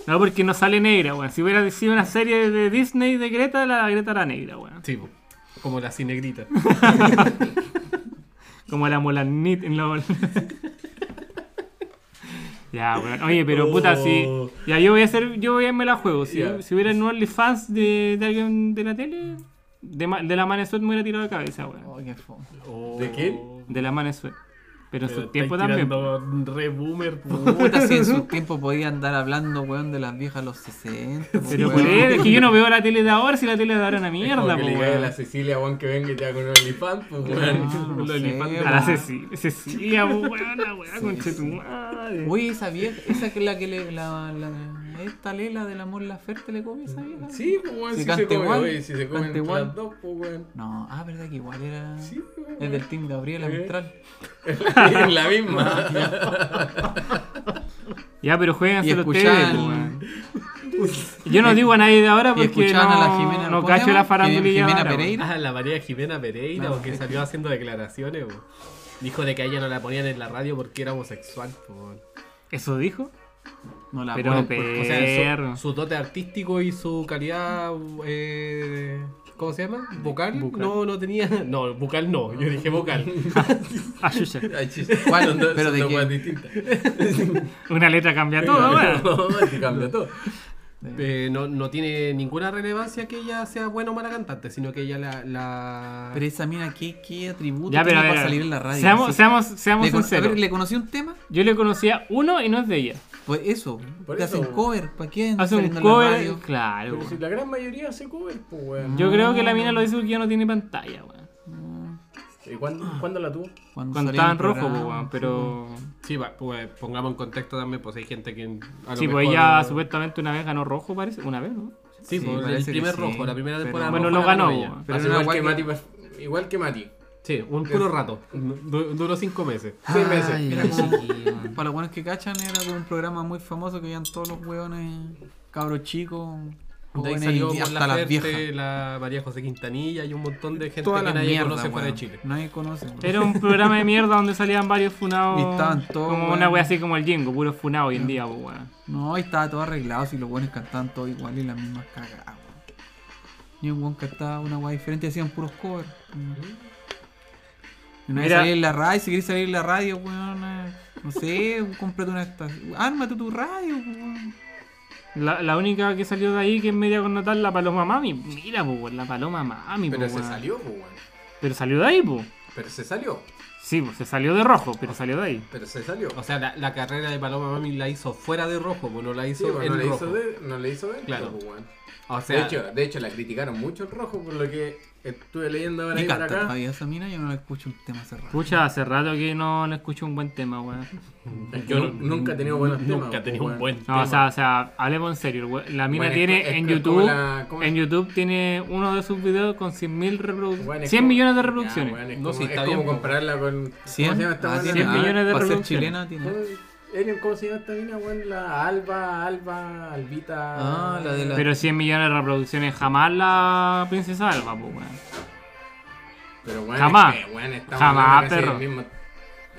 No, porque no sale negra, weón. Si hubiera sido una serie de Disney de Greta, la Greta era negra, weón.
Sí, po. como la cinegrita.
Como la Molanit en la Ya, weón. Oye, pero puta, si. Ya, yo voy a hacer. Yo voy a me la juego. Si,
Ya.
si hubiera un OnlyFans de, de alguien de la tele, de, ma- de la Manesweat me hubiera tirado de cabeza, weón.
Oh, qué fome.
¿De quién?
De la Manesweat. Pero en
Pero
su tiempo
estáis
también. po.
tirando Re boomer, po.
Puta, si en sus tiempos podía andar hablando, weón, de las viejas a los 60. pues,
Pero
weón.
weón, es que yo no veo la tele de ahora si la tele de ahora es una mierda,
Como que
po,
le diga a
weón.
la Cecilia Juan que venga y te haga con OnlyFans, pues weón.
Ah, no
Lo
sé,
elefante.
weón.
A la Cecilia, Cecilia, po, weón, la weá,
Sí,
conchetumadre.
Oye, esa vieja, esa que es la que le. La, la- esta Lela del amor la Ferte le comió esa vieja.
Sí, pues weón,
Si
si,
cante
se come,
igual,
oye, si se comen
cante
las
igual.
dos, pues weón.
No, ah, verdad que igual era.
Sí, weón.
Es del team Gabriela
Eh,
Sí.
Mistral.
Es la misma.
Ya, pero
Y
jueguense ustedes, po,
escuchaban.
weón. Yo no digo a nadie de ahora
Eh, Y
porque no,
escuchaban a la Jimena.
no
¿cómo se
cacho
llama?
la farandulilla.
Jimena
ahora,
Pereira.
Ah, la María Jimena Pereira,
No,
po, que
es
salió haciendo declaraciones. po. Dijo de que a ella no la ponían en la radio porque era homosexual. po.
weón. ¿Eso dijo?
No la
Pero
ponen,
pe-
pues,
O sea,
Perro.
su, su dote artístico y su calidad. eh, ¿Cómo se llama? ¿Vocal?
Bucal.
No, no tenía. No, vocal no. Yo dije vocal.
Ah, chucha.
Ay, chiste.
¿Cuál?
Son dos-
¿Pero
son
de
dos
qué?
weas distintas.
Una letra cambia todo, weón.
No, te cambia todo.
Eh, no, no tiene ninguna relevancia que ella sea buena o mala cantante, sino que ella la. la...
Pero esa mina, ¿qué, qué atributo
Ya, pero
tiene
a
para
ver. a ver.
salir en la radio?
Seamos,
Sí.
seamos, seamos
Le cono- a
sinceros.
ver, ¿le conocí un tema?
Yo le conocía uno y no es de ella.
Pues eso,
Por
te
eso,
hacen
weón.
cover, ¿para qué andas
Hace un
saliendo en la
cover.
radio?
Claro,
Pero si
weón.
la gran mayoría hace cover, pues weón.
Yo creo que la mina lo dice porque ya no tiene pantalla, weón.
¿Y cuándo, cuándo la tuvo?
Cuando
salía
estaba
en
en rojo,
programa,
po, weón.
sí,
Pero.
Sí, va, pues pongamos en contexto también, pues hay gente que. a lo
Sí,
mejor-
pues ella supuestamente una vez ganó rojo, parece. Una vez, ¿no?
Sí,
Sí,
pues, el
parece que
primer
sí,
rojo, la primera
pero-
temporada.
Bueno,
roja
lo
la ganó
ganó,
ella.
weón.
Pero
Hace
era
igual, que
igual
Mati, pues, igual que Mati.
Sí, un puro rato. Du- duró cinco meses.
Seis meses.
Ay,
Mira
era como- para los buenos que cachan, era como un programa muy famoso que veían todos los hueones, cabros chicos,
De ahí
jóvenes
salió
y
por
hasta
la
las viejas.
Ferte, la María José Quintanilla y un montón de gente
Todas
que
las
nadie
mierdas,
conoce fuera de
weón.
Chile.
Nadie conoce. weón.
Era un programa de mierda donde salían varios funados.
Y estaban todos,
Como
weón.
una wea así como el Jingo, puro funado hoy en día, po, weón.
No, y estaba todo arreglado, si los buenos cantaban todos igual y las mismas cagadas. weón. Ni un buen cantaba una guay diferente, hacían puros covers. Y no hay que
Mira.
salir en la radio, si querés salir en la radio, weón, eh, no sé, cómprate una estación. Ármate tu radio, weón.
La, la única que salió de ahí que es media connotada la Paloma Mami. Mira, po, weón, la Paloma Mami, po,
Pero se
weón.
salió, pues weón.
Pero salió de ahí, po.
Pero se salió.
Sí, pues, se salió de rojo, pero salió de ahí.
Pero se salió.
O sea, la, la carrera de Paloma Mami la hizo fuera de rojo, pues no la
Sí,
hizo
bueno,
en
no, le
rojo.
hizo de, no le hizo dentro,
Claro.
pues, weón.
O sea,
de, hecho, de hecho, la criticaron mucho el rojo, por lo que estuve leyendo ahora
Ni
y por
canta
acá.
todavía esa mina, yo no la escucho un tema cerrado.
Pucha, hace rato que no le escucho un buen tema, weón.
Yo nu- nunca he tenido buenos temas.
nunca
pues,
tenía un
weón.
buen
No, o sea, o sea, hablemos en serio. we- La mina
Bueno, es
tiene
co- es
en
co- es como
YouTube.
la- ¿cómo es?
En YouTube tiene uno de sus videos con 100.000 reproducciones.
Weón, es
100
como-
millones de
Ya,
reproducciones.
weón, es
No,
como-
sí,
es
está
como
bien, pues.
compararla con. ¿Cómo se llama esta
Ah,
weona?
100
Ah, millones de
para ser
reproducciones.
chilena tiene.
Alien, ¿cómo se llama esta mina, weón? La Alba, Alba, Albita.
Ah, la de la-
Pero 100 millones de reproducciones jamás la princesa Alba, pues, weón.
Pero, weón,
Jamás.
es que, weón, estamos
Jamás,
hablando
perro.
Casi el mismo,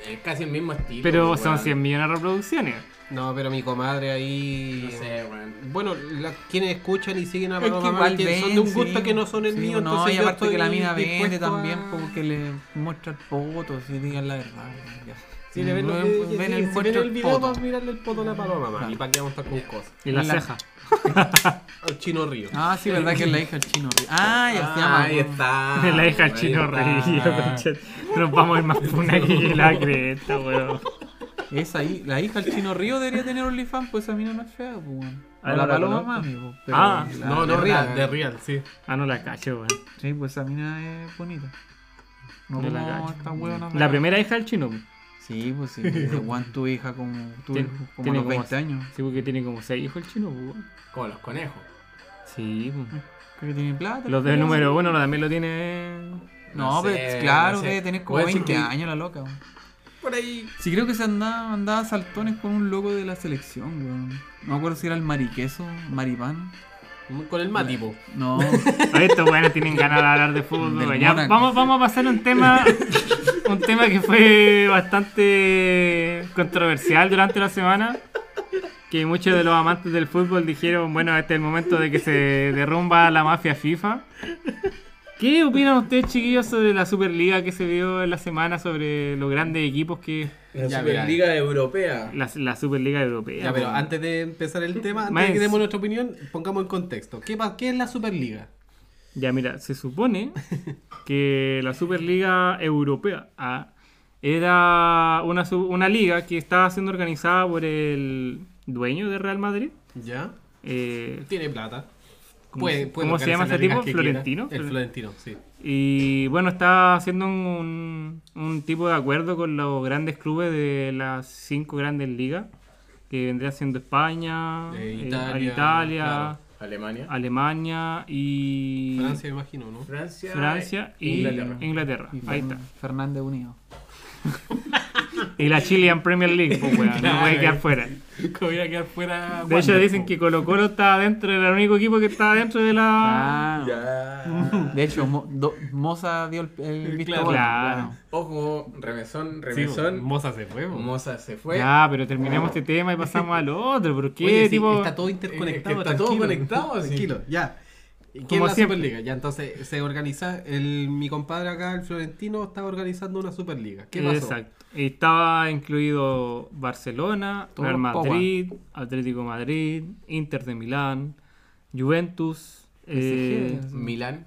es casi el mismo estilo.
Pero
pues,
son
weón.
100 millones de reproducciones.
No, pero mi comadre ahí.
No sé, weón.
Bueno, la- quienes escuchan y siguen a
Es
Paloma
que
Mami
igual
que son de un
ven,
gusto
sí.
que no son el
Sí,
mío,
no,
entonces
y
yo
aparte
estoy
que la mina vende
dispuesto a-
también porque le muestra el poto, si digan la verdad. ya.
Si le ven,
No,
los
pues,
videos, si
ven
ven
el
el,
muestra el
video,
poto.
vamos a mirarle el poto a la paloma, mami. ¿Y para qué vamos a estar con cosas?
Y las
La-
cejas.
Al chino río.
Ah, sí, verdad que es la hija del chino. Ah, ya se llama.
ahí está.
la hija del
ahí
chino
está.
reído, concha. Nos vamos a ir más puna que la cresta, weón.
Esa hi- la hija del Chino Río debería tener OnlyFans, pues esa mina no es fea, pues. weón.
Ah,
O la
no la
paloma
conozco.
mami, pues.
Ah,
la-
No, no,
de
real,
real.
de real, sí.
Ah, no la cacho, weón.
Sí, pues esa mina es bonita. No,
No la
como
cacho.
esta huevona.
La primera hija del chino.
Sí, pues sí. pues, Juan, tu hija, como, tu,
Tien-
como a los 20 años.
Sí, porque tiene como 6 hijos el chino, weón.
Como los conejos.
Sí, weón.
Creo que tiene plata.
Los del
del
número uno lo- también lo tiene.
No
No,
sé,
pero claro,
no sé.
debe tener como
Voy a decir
20
que-
años la loca. weón.
Por ahí.
Sí, creo que se andaba, andaba a saltones con un loco de la selección, weón. No me acuerdo si era el mariqueso, maripán.
Con el matipo.
No,
Oye, Estos weones tienen ganas de hablar de fútbol.
Del
weón. Ya,
Mónaco.
vamos, vamos a pasar a un tema. Un tema que fue bastante controversial durante la semana. Que muchos de los amantes del fútbol dijeron, bueno, este es el momento de que se derrumba la mafia FIFA. ¿Qué opinan ustedes, chiquillos, sobre la Superliga que se vio en la semana, sobre los grandes equipos que...
La
Ya,
Superliga Europea.
La, la Superliga Europea.
Ya, pero
weón.
antes de empezar el tema, antes
Más-
de que demos nuestra opinión, pongamos en contexto. ¿Qué, pa- qué es la Superliga?
Ya, mira, se supone que la Superliga Europea ah, era una, su- una liga que estaba siendo organizada por el dueño de Real Madrid.
¿Ya?
eh,
Tiene plata.
¿Cómo se- cómo se
organizar
llama ese
las
tipo?
ligas que quiera.
¿Florentino?
El Florentino, sí.
y bueno, está haciendo un, un tipo de acuerdo con los grandes clubes de las cinco grandes ligas, que vendría siendo España,
Eh,
eh,
Italia,
Italia,
claro.
Alemania.
Alemania y
Francia, me imagino, ¿no?
Francia.
Francia
e
y
Inglaterra.
Inglaterra.
y
Ahí
Fern-
está.
Fernández Unido.
Y la Chilean Premier League, pues, weón, no puede
Claro.
quedar fuera.
Como voy a quedar fuera.
De hecho, dicen que Colo Colo está dentro, era el único equipo que está dentro de la.
Ya.
De hecho, Mo- do- Moza dio el, el visto
Claro.
bueno,
Claro.
Ojo, remesón,
Sí,
remesón.
Moza se fue. bo.
Moza se fue.
Ya, pero terminamos este tema y pasamos al otro. ¿Por qué?
Oye, sí,
tipo...
está todo interconectado.
Eh, está todo
tranquilo,
conectado, sí.
Tranquilo, ya. ¿Y ¿Qué es
Como
la
siempre.
Superliga? Ya, entonces se organiza. El, mi compadre acá, el Florentino, está organizando una Superliga. ¿Qué pasó?
Exacto. Estaba incluido Barcelona,
Todos
Real
los power.
Madrid, Atlético de Madrid, Inter de Milán, Juventus, eh,
PSG.
Milán.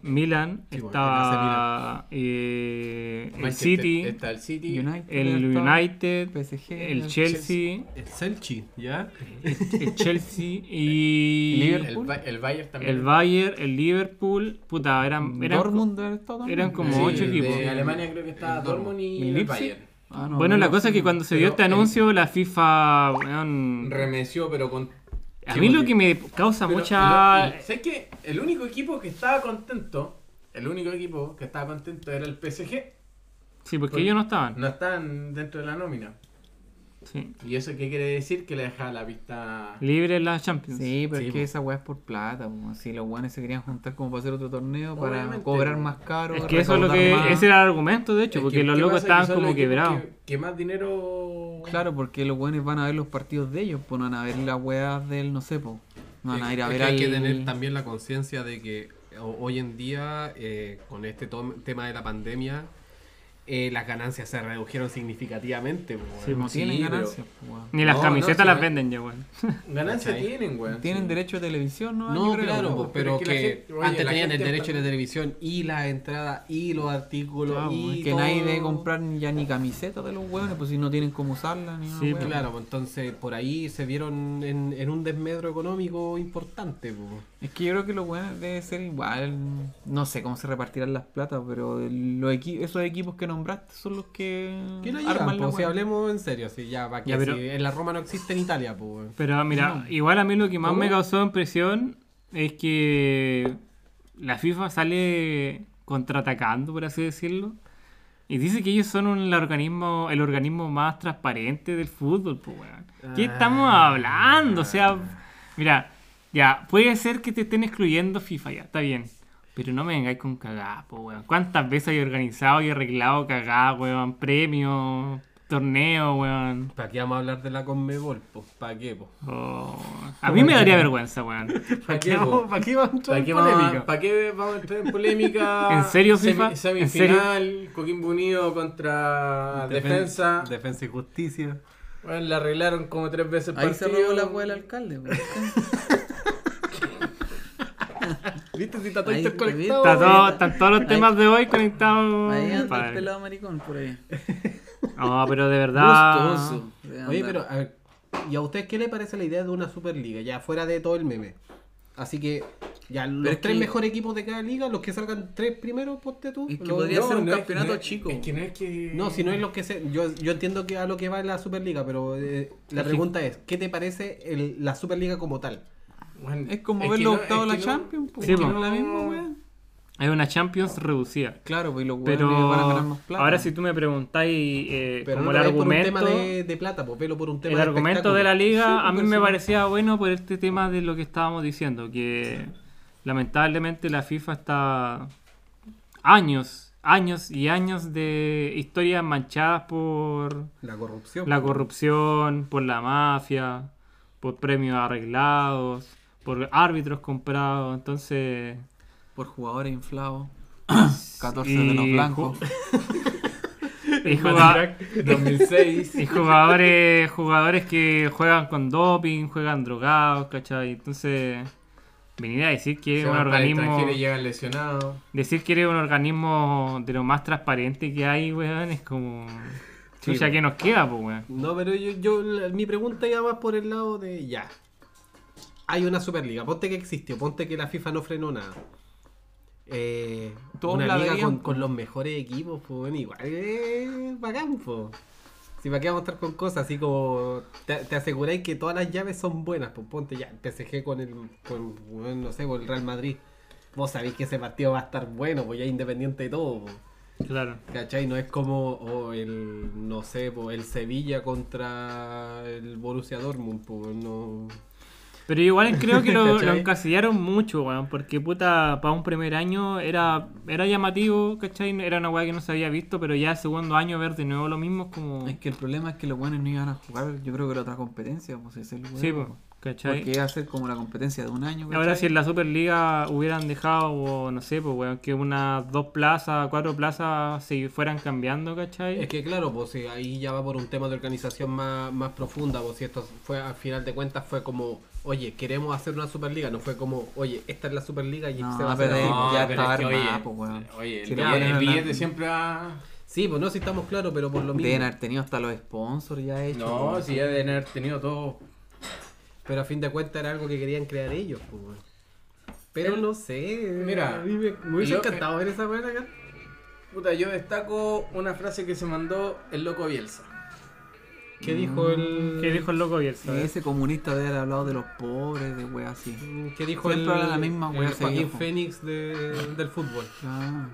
Milan,
Sí, bueno,
estaba eh, el
Manchester-
City,
Está el City.
United,
el
está-
United,
PSG,
el
el
Chelsea,
El Selchi, ¿ya?
el Chelsea y
Liverpool.
El, Ba- el Bayern también.
El Bayern, el Liverpool, puta, eran, eran
Dortmund debe haber estado también.
eran como
Sí,
ocho
de
equipos.
Alemania creo que está Dortmund y
¿El
el
Leipzig?
Bayern.
Ah, no,
Bueno,
no,
la
no.
cosa es que cuando se dio
Pero
este
el-
anuncio, la FIFA, weón,
Remeció, pero con.
a mí lo que me causa
Pero
mucha...
lo- y- ¿Sabes qué? El único equipo que estaba contento. El único equipo que estaba contento era el PSG.
Sí, porque
Por-
ellos no estaban.
No están dentro de la nómina.
Sí.
¿Y eso qué quiere decir? Que le deja la pista.
Libre en las Champions.
Sí, pero
Sí,
es que
po.
esa weá es por plata, po. si los weones se querían juntar como para hacer otro torneo, para
Obviamente,
cobrar
po.
más caro.
es que eso es lo
recaudar
que...
más.
Ese era el argumento, de hecho,
Es
porque
que-
los
¿qué
locos
pasa? Que
estaban
son
como
los equipos
quebrados.
Que, que más dinero.
Claro, porque los weones van a ver los partidos de ellos, pues no van a ver las weas del, no sé, po. No van a ir a
Es
ver
que
al...
Hay que tener también la conciencia de que ho- hoy en día, eh, con este tom- tema de la pandemia, eh, las ganancias se redujeron significativamente. po, weón.
Sí,
No
Sí,
tienen
pero-
ganancias, pues, weón.
Ni las
No, no,
camisetas
sí,
las
no.
venden ya, weón.
Ganancia
¿Cachai?
tienen, weón.
Tienen
sí.
derecho de televisión, ¿no?
No,
Yo creo, pues,
claro,
weón.
po, pero,
pero es que
que,
la gente- oye,
antes
la
tenían el
gente
derecho de
está-
televisión y la entrada y los artículos
Claro,
y
es que
todo.
nadie debe comprar ya ni camisetas de los hueones, pues si no tienen cómo usarla ni
Sí,
nada.
Claro, pues, entonces por ahí se vieron en, en un desmedro económico importante. po.
Es que yo creo que los hueones debe ser igual. No sé cómo se repartirán las platas, pero los equi- esos equipos que nombraste son los que
¿Qué no llegan,
la
po? Si
hueá.
hablemos en serio, si ya, va que
Ya, pero-
si en la Roma no existe en Italia, pues.
Pero mira, igual a mí lo que más me
¿Cómo?
causó impresión es que la FIFA sale contraatacando, por así decirlo. Y dice que ellos son un- la organismo, el organismo más transparente del fútbol, pues, weón. ¿Qué estamos
Ah.
hablando? O sea, mira, ya, puede ser que te estén excluyendo FIFA, ya, está bien. Pero no me vengáis con cagada, pues, weón. ¿Cuántas veces hay organizado y arreglado cagada, weón? Premios, torneos, weón.
¿Para qué vamos a hablar de la Conmebol? Pues, ¿para qué, po?
Oh, A mí me daría vergüenza, weón.
¿Para qué, po?
¿Para qué vamos a entrar
¿Para
en
qué, vamos,
polémica?
¿Para qué vamos a entrar en polémica?
¿En serio,
Semi-
FIFA? ¿En
semifinal, Coquimbo Unido contra
Defen-
Defensa.
Defensa y justicia.
Bueno, la arreglaron como tres veces
Ahí se
partido.
robó la hueá del alcalde, pues.
¿Viste si está
todo Ahí, interconectado?
Está todo-
bonita.
están todos los
Ahí-
temas de hoy conectados.
Ahí anda
padre.
el pelado maricón por ahí.
No, pero de verdad.
Gustoso de
Oye,
andar.
pero, a ver, ¿y a ustedes qué le parece la idea de una Superliga? Ya fuera de todo el meme. Así que, ya los
Pero es
tres
que-
mejores equipos de cada liga, los que salgan tres primeros, ponte tú.
Es que
los-
podría ser un
es-
campeonato
es-
chico.
Es que no es que.
No, si no es lo que se. Yo, yo entiendo que a lo que va la Superliga, pero eh, la
Es que-
pregunta es: ¿qué te parece el- la Superliga como tal?
Bueno,
Es como
que
ver los
no-
octavos
es
de la
que no-
Champions, pues.
Sí,
que
po.
no es la misma hueá.
Hay una Champions reducida.
Claro, pues y los hueones
Pero
van a ganar más plata.
ahora si tú me preguntáis eh,
Pero
como
no lo
el
veis
argumento,
Por un tema de, de plata, pues velo por un tema
el
de
argumento de la
espectáculo.
liga,
Sí,
a mí
pues,
me
sí.
parecía bueno por este tema de lo que estábamos diciendo, que lamentablemente la FIFA está años, años y años de historias manchadas por
La corrupción.
La corrupción, por la mafia, por premios arreglados, por árbitros comprados, entonces...
Por jugadores inflados. 14
y
de los
ju-
blancos.
Y, juga-
2006.
y jugadores, jugadores que juegan con doping, juegan drogados, ¿cachai? Entonces, venir a decir que es
se
un
van para el
organismo...
extranjero y llegan lesionados.
Decir que eres un organismo de lo más transparente que hay, weón, es como...
Sí,
Chucha,
weón.
¿qué nos queda, pues, weón?
No, pero yo, yo- la- mi pregunta iba más por el lado de ya. Hay una Superliga, ponte que existió, ponte que la FIFA no frenó nada. Eh,
Todos
una
la
liga
veían,
con,
po.
con los mejores equipos, pues bueno, igual es bacán, po. Si para qué vamos a estar con cosas así como te, te aseguráis que todas las llaves son buenas, pues ponte ya el PSG con el con, bueno, no sé, con el Real Madrid. Vos sabéis que ese partido va a estar bueno, pues ya independiente de todo. po.
Claro.
¿Cachai? No es como o el, no sé, po, el Sevilla contra el Borussia Dortmund, po, no...
Pero igual creo que lo,
¿Cachai?
lo encasillaron mucho, weón, porque puta, para un primer año era, era llamativo, ¿cachai? Era una weá que no se había visto, pero ya el segundo año ver de nuevo lo mismo es como...
Es que el problema es que los hueones no iban a jugar, yo creo que era otra competencia, pues ese es el hueón,
Sí, pues,
po.
¿cachai?
Porque iba a ser como la competencia de un año.
Ahora si
¿cachai?
en la Superliga hubieran dejado, o no sé, pues weón, que unas dos plazas, cuatro plazas se fueran cambiando, ¿cachai?
Es que claro, pues si ahí ya va por un tema de organización más, más profunda, pues si esto fue, al final de cuentas fue como, oye, queremos hacer una Superliga, no fue como, oye, esta es la Superliga y
No,
se va a hacer
pero
así.
No, ya
pero
estaba
es que,
armada, po, weón.
Oye,
Si
el,
lo
billete- el
ponen en la-
billete siempre va.
Sí, pues no, si estamos claros, pero por lo mismo.
Deben haber tenido hasta los sponsors ya hechos.
No,
po.
si ya deben haber tenido todo.
Pero a fin de cuentas era algo que querían crear ellos, pues. weón. Pero
El-
no sé,
Mira,
a mí me, me hubiese
lo-
encantado ver esa buena acá.
Puta, yo destaco una frase que se mandó el loco Bielsa.
¿Qué dijo el...?
¿Qué dijo el loco Bielsa?
Y ese comunista debe haber hablado de los pobres, de weas así.
Mm, que dijo
Siempre
el,
habla la misma
el
wea ese
Joaquín
viejo.
Fénix de- del fútbol?
Claro.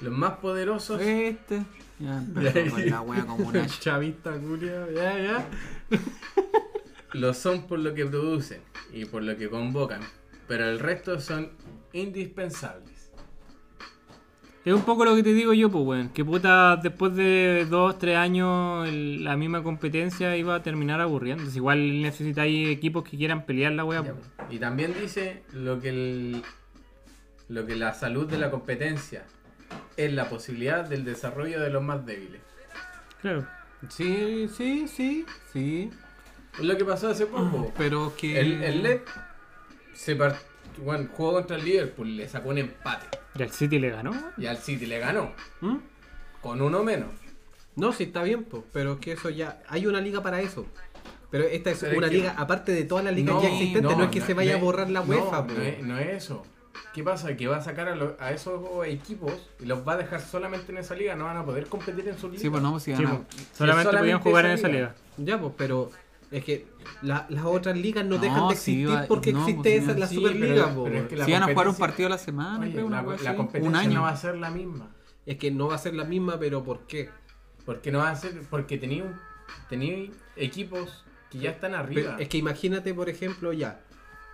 Los más poderosos.
Este. Ya empezó con la wea comunal.
Chavista, Julia, ya, ya.
Lo son por lo que producen y por lo que convocan, pero el resto son indispensables.
Es un poco lo que te digo yo, pues, weón. Que puta, después de dos, tres años, el- la misma competencia iba a terminar aburriendo. Si igual necesitáis equipos que quieran pelear la weá,
Ya,
pues.
Y también dice lo que el- lo que la salud de la competencia es la posibilidad del desarrollo de los más débiles. pues.
Claro.
Sí, sí, sí, sí.
Es lo que pasó hace poco.
Pero que.
El, el LED se part... bueno, jugó contra el Liverpool, le sacó un empate.
¿Y al City le ganó?
Y al City le ganó,
¿Mm?
con uno menos.
No, sí, está bien, po, pero es que eso ya. Hay una liga para eso. Pero esta es
Pero es
una
que-
liga, aparte de todas las ligas
No,
ya existentes, no, es que
no,
se vaya
no
a borrar la
no,
UEFA, pues. po.
No, es, no es eso. ¿Qué pasa? Que va a sacar a, lo- a esos equipos y los va a dejar solamente en esa liga, no van a poder competir en su liga.
Sí, pues no, si
Sí,
ganamos.
pues, solamente podían
solamente
jugar
esa
en esa
liga.
liga.
Ya, pues, pero es que la- las otras ligas no,
No,
dejan de
sí,
existir
va-
porque
no,
existe
pues,
esa,
sí,
la
sí,
Superliga,
pero-
po.
pero es que la-
Si van a jugar un
competencia-
partido a la semana,
Oye,
creo, una
la,
cosa
la
así. un
competencia
año.
no va a ser la misma.
Es que no va a ser la misma, pero ¿por qué?
Porque no va a ser, porque tenía, un- tenía equipos que ya están arriba.
Pero es que imagínate, por ejemplo, ya.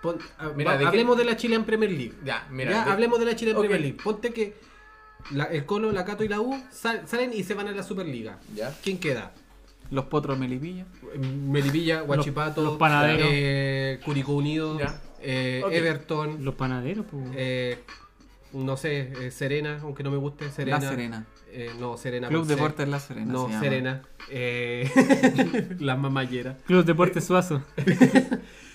pon- ah,
Mira,
va-
¿de qué-
hablemos de la Chilean Premier League.
ya, mira,
ya,
de-
hablemos de la Chilean
Ok.
Premier League. Ponte que la- el Colo, la Cato y la U sal- salen y se van a la Superliga.
ya.
¿Quién queda?
Los potros de Melipilla.
Melipilla, Huachipato,
los panaderos.
eh, Curicó Unido,
Ya.
eh,
Ok.
Everton,
Los panaderos, pues.
eh, no sé, eh, Serena, aunque no me guste, Serena.
La Serena.
Eh, no, Serena.
Club
con C.
Deportes La Serena.
No,
se llama.
Serena. Eh, las mamalleras.
Club
eh,
Deportes Suazo.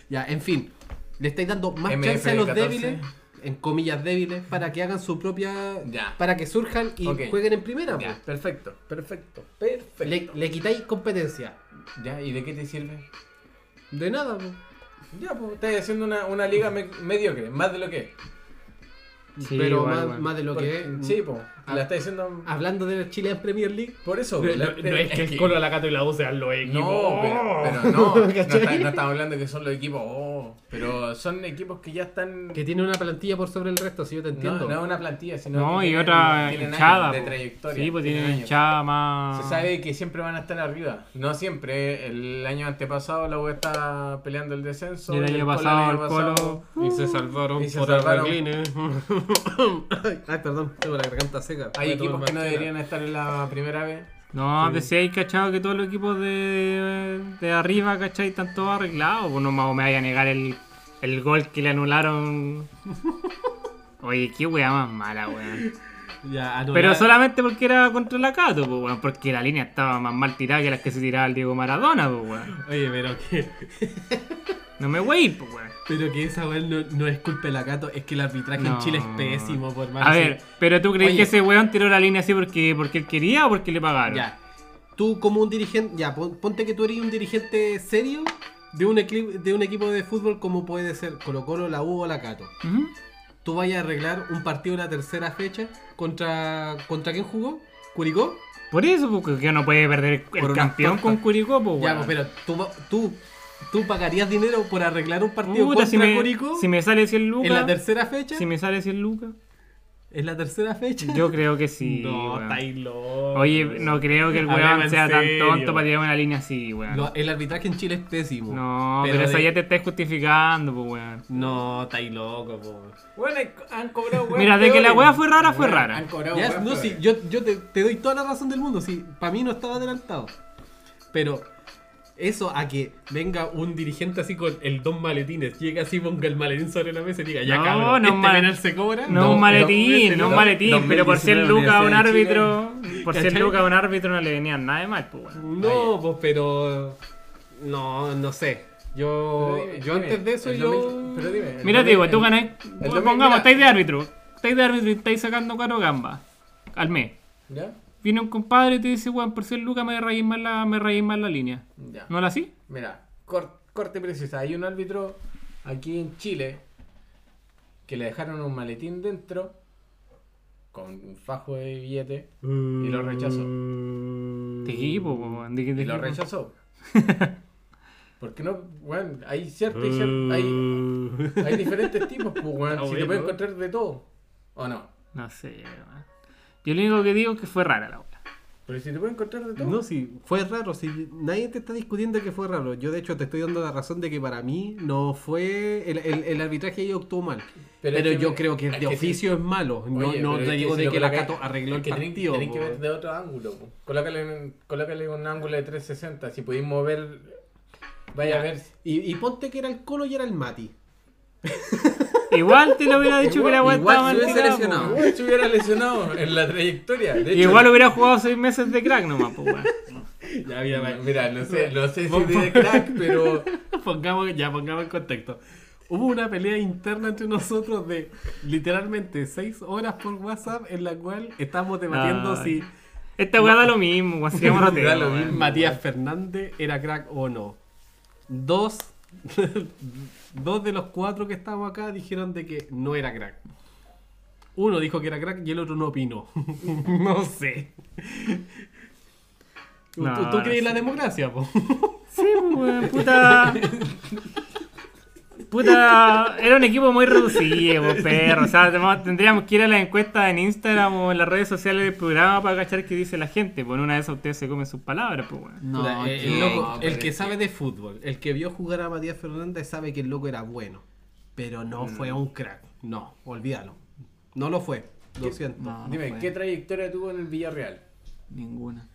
Ya, en fin. Le estáis dando más
MF
chance a los
14.
débiles, en comillas débiles, para que hagan su propia.
Ya.
Para que surjan y
Ok.
jueguen en primera.
Ya,
pues.
perfecto, perfecto, perfecto.
Le, le quitáis competencia.
Ya, ¿y de qué te sirve?
De nada, pues.
Ya, pues estáis haciendo una, una liga me- mediocre, más de lo que es.
Sí,
Pero
igual,
más,
bueno.
más de lo
Porque-
que es.
Sí, pues,
Ah.
la estáis haciendo...
Hablando de la Chilean Premier League.
Por eso,
No,
pues, la-
no es que el Colo, la Cato y la U sean los equipos.
No, pero, pero
oh.
no, no,
¿Cachai?
está- no estamos hablando que son los equipos, oh, pero son equipos que ya están...
Que tiene una plantilla por sobre el resto, si yo te
No,
entiendo.
no es una plantilla, sino
No,
que
y
tienen-
otra
tienen
hinchada.
años de
po.
trayectoria.
Sí, pues
tienen
tiene
años.
hinchada más.
Se sabe que siempre van a estar arriba. No siempre. El año antepasado la U está peleando el descenso.
Y el año
Colo
pasado el
año pasado-
Colo.
Y se salvaron
Y se por salvaron.
Ay, perdón, tengo la garganta seca.
Hay
Voy a tomar
equipos que no
más
deberían
chela.
estar en la primera vez.
No,
Sí.
pero si hay cachado que todos los equipos de, de arriba, ¿cachai? Están todos arreglados. Pues no me vaya a negar el, el gol que le anularon. Oye, qué wea más mala, weón.
Ya, anular-
Pero solamente porque era contra la Cato, pues, weón. Porque la línea estaba más mal tirada que las que se tiraba el Diego Maradona, pues, weón.
Oye, pero que,
No me voy, pues, weón.
pero que esa weón no, no es culpa del Acato, es que el arbitraje en
No.
Chile es pésimo, por más.
A ver, ¿pero tú crees
Oye.
que ese weón tiró la línea así porque, porque él quería o porque le pagaron?
Ya. Tú como un dirigente, ya, pon- ponte que tú eres un dirigente serio de un, equi- de un equipo de fútbol como puede ser Colo Colo, la U o la Cato.
Ujú.
Tú vayas a arreglar un partido en la tercera fecha contra contra quién jugó? Curicó.
Por eso, porque que no puede perder
Por
el
unas
campeón
tortas.
con Curicó, pues,
Ya,
weón.
pues, pero tú, va- tú, tú pagarías dinero por arreglar un partido
Puta,
contra
si me,
Curicó
si me sale 100
en la
lucas.
tercera fecha.
Si me sale 100 lucas.
En la tercera fecha.
Yo creo que sí.
no,
weón.
está ahí loco.
Oye, no creo que el
Hablemos
weón
en
sea tan
serio.
tonto para tirar una línea así, weón.
Lo- el arbitraje en Chile es pésimo.
No, pero, eso
de-
ya te está justificando, pues, weón.
No, está ahí loco, po.
Bueno, han cobrado weas
Mira, de que la
peores.
wea fue rara, fue
Weón,
rara.
Han cobrado
Ya,
weas
no, sí,
peores.
yo, yo te, te doy toda la razón del mundo, sí, para mí no estaba adelantado. Pero eso a que venga un dirigente así con el dos maletines, llega así, ponga el maletín sobre la mesa y diga, ya
No,
cabrón,
no
este
mal-
penal se cobra.
No,
No,
un maletín,
pero-
no un maletín,
dos-
pero por 100
2019
lucas a un
Universidad de
árbitro, por 100
¿Cachai?
lucas a un árbitro no le venía nada de mal, pues weón.
No, pues pero... No, no sé. Yo,
Pero dime,
yo
dime,
antes de eso
el
yo...
2000 pero dime, el
Mira, te
2000
digo, tú
el-
ganás,
el
pongamos,
2000, mira.
estáis de árbitro, estáis de árbitro y estáis sacando cuatro gambas al mes.
¿Ya?
Viene un compadre y te dice, weón, por 100 lucas me rayéis más la, me rayéis más la línea.
Ya.
¿No la así?
Mira, cor- corte precisa. Hay un árbitro aquí en Chile que le dejaron un maletín dentro con un fajo de billete
Uh,
y lo rechazó.
Sí, pues, weón. de- de-
Mm. Y lo
de-
rechazó. Porque no, bueno, hay cierto y cierto, hay, hay diferentes tipos, pues, weón.
Uh. Está
Si te
bueno.
puedes encontrar de todo. O no.
No sé, weón. Yo lo único que digo es que fue rara la weá.
Pero si te puedes encontrar de todo.
No, sí, fue raro. Sí, nadie te está discutiendo que fue raro. Yo, de hecho, te estoy dando la razón de que para mí no fue. El, el, el arbitraje ahí actuó mal.
Pero
Pero,
es que
yo
me-
creo que
es
de
que sí.
oficio es malo. No,
Oye,
no
pero
te
es
digo
si
de
lo
que la
colocáis-
Cato arregló
es
el
que tienen-
partido.
tienen que
po.
ver de otro ángulo. po. Colócale, un- colócale un ángulo de 360. Si podéis mover, vaya a ver.
Y, y ponte que era el Colo y era el Mati.
Igual te lo hubiera dicho que la weá
Igual
estaba
se
mal
hubiese
tirada, po,
lesionado.
weón.
Igual se hubiera lesionado en la trayectoria. De hecho,
Igual hubiera jugado seis meses de crack nomás, pues weón.
Ya había
Mira, no sé, no sé si de crack, pero.
Pongamos, ya pongamos en contexto. Hubo una pelea interna entre nosotros de literalmente seis horas por WhatsApp en la cual estábamos debatiendo
Ay.
si
Esta weá da lo mismo, weón. sigamos
Da
rotando,
lo
weón.
mismo.
Matías Fernández era crack o no. Dos, dos de los cuatro que estábamos acá dijeron de que no era crack. Uno dijo que era crack y el otro no opinó. no sé. ¿Tú,
No,
tú
no
crees en la
sé.
democracia, po?
Sí, pues, weón, puta. Puta, era un equipo muy reducido, pues, perro. O sea, tenemos- tendríamos que ir a las encuestas en Instagram o en las redes sociales del programa para cachar qué dice la gente. Por una de esas ustedes se comen sus palabras, pues, weón.
No,
Puta,
eh,
el, eh, el
que-
loco- el
pero
que
es
sabe de fútbol, el que vio jugar a Matías Fernández sabe que el loco era bueno, pero
Mm.
no fue un crack. No, olvídalo. No lo fue. Lo siento.
No, no
Dime,
fue.
¿qué trayectoria tuvo en el Villarreal?
Ninguna.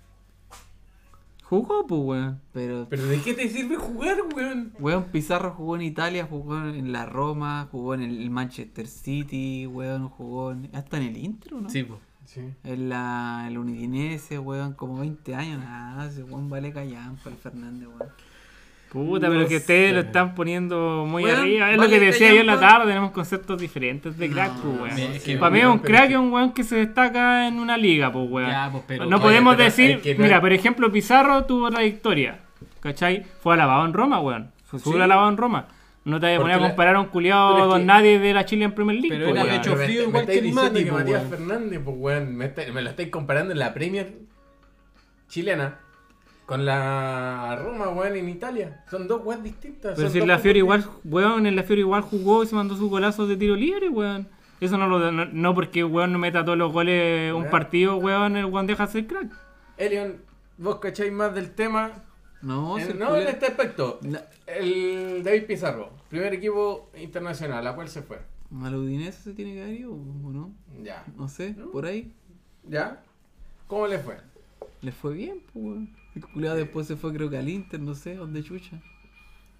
Jugó, pues, weón.
Pero,
¿Pero de qué te sirve jugar, weón?
weón, Pizarro jugó en Italia, jugó en la Roma, jugó en el Manchester City, weón, jugó en- hasta en el Inter, ¿o ¿no?
Sí, po.
Sí.
En la, el Unidinese, weón, como 20 años, nada, ese weón vale callampa el Fernández, weón.
Puta,
No
pero que ustedes
sé.
lo están poniendo muy
Weón,
arriba.
vale,
Es lo que te decía yo en la
callampa.
tarde, tenemos conceptos diferentes de crack,
No,
pues,
me-
weón.
es que-
Para mí es un
pero es
crack
que-
es un weón que se destaca en una liga, pues, weón.
Ya, pues, pero-
no
Oye,
podemos
pero
decir,
es que no-
mira, por ejemplo, Pizarro tuvo trayectoria, ¿cachai? Fue alabado en Roma, weón. Fue
Sí.
súper alabado en Roma. No te vayas
Porque
a poner a
la-
comparar a un
Pero
culiado
es
con
que-
nadie de la Chile en Premier League,
Pero
pues,
era
weón.
pecho-
me-
frío
me
igual
estáis
que el
diciendo
Mati,
que
po,
Matías
weón.
Fernández, pues weón, me, está- me lo estáis comparando en la Premier chilena con la Roma, weón, en Italia. Son dos weas distintas.
Pero
son
si en
dos
la Fiore igual,
competencias.
weón, en la Fiore igual jugó y se mandó sus golazos de tiro libre, weón. Eso no lo no, no porque weón no meta todos los goles un
Weón.
partido, weón, el weón deja de ser crack.
Elion, vos cacháis más del tema.
No,
Eh,
si el
no,
culeo-
en este aspecto.
No.
El David Pizarro, primer equipo internacional, ¿a cuál se fue?
¿Al Udinese se tiene que haber ido, o no?
Ya.
No sé, por ahí.
¿Ya? ¿Cómo le fue?
Les fue bien, pues, weón. El culiao después se fue, creo que al Inter, no sé, donde chucha.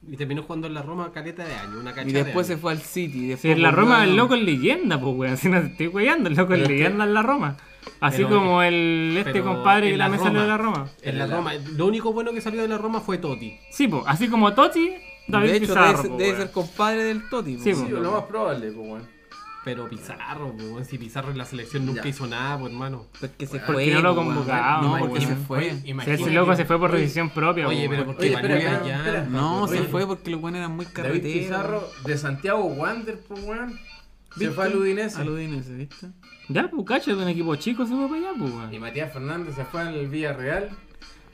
Y terminó jugando en la Roma caleta de año, una cachada
Y
de
después se
año.
fue al City. y
Si
después
en la
volvió
Roma
a-
el loco es leyenda, pues weón, si no te estoy weyando, el loco es
Pero es que-
leyenda en la Roma. Así
Pero-
como el este
pero
compadre
en
que
la
la mesa
Roma.
de la Roma.
En la Roma, lo único bueno que salió de la Roma fue Totti.
Sí, pues, así como Totti, David
de hecho,
Pizarro.
debe, ser, debe
po, pues, weón.
ser compadre del Toti. po,
Sí,
Sí,
weón.
lo más probable, pues weón.
Pero Pizarro, po, weón, si Pizarro en la selección nunca
Ya.
hizo nada, po, hermano.
Porque se
Porque
fue.
no lo
po, weón.
convocaban,
No,
po,
porque se
weón.
fue.
Oye,
Si ese loco se fue por
Oye,
decisión propia, po,
Oye, pero
weón.
¿por
Oye,
qué
espera,
Manuel
espera,
ya?
espera.
No,
Oye,
se fue porque los buenos eran muy
David Pizarro
carreteros.
de Santiago Wander, pues weón. Se
¿Viste?
fue al Udinese.
Al Udinese, ¿viste?
Ya, pues, cacho, de un equipo chico se fue para allá, pues
Y
weón.
Matías Fernández se fue al Villarreal.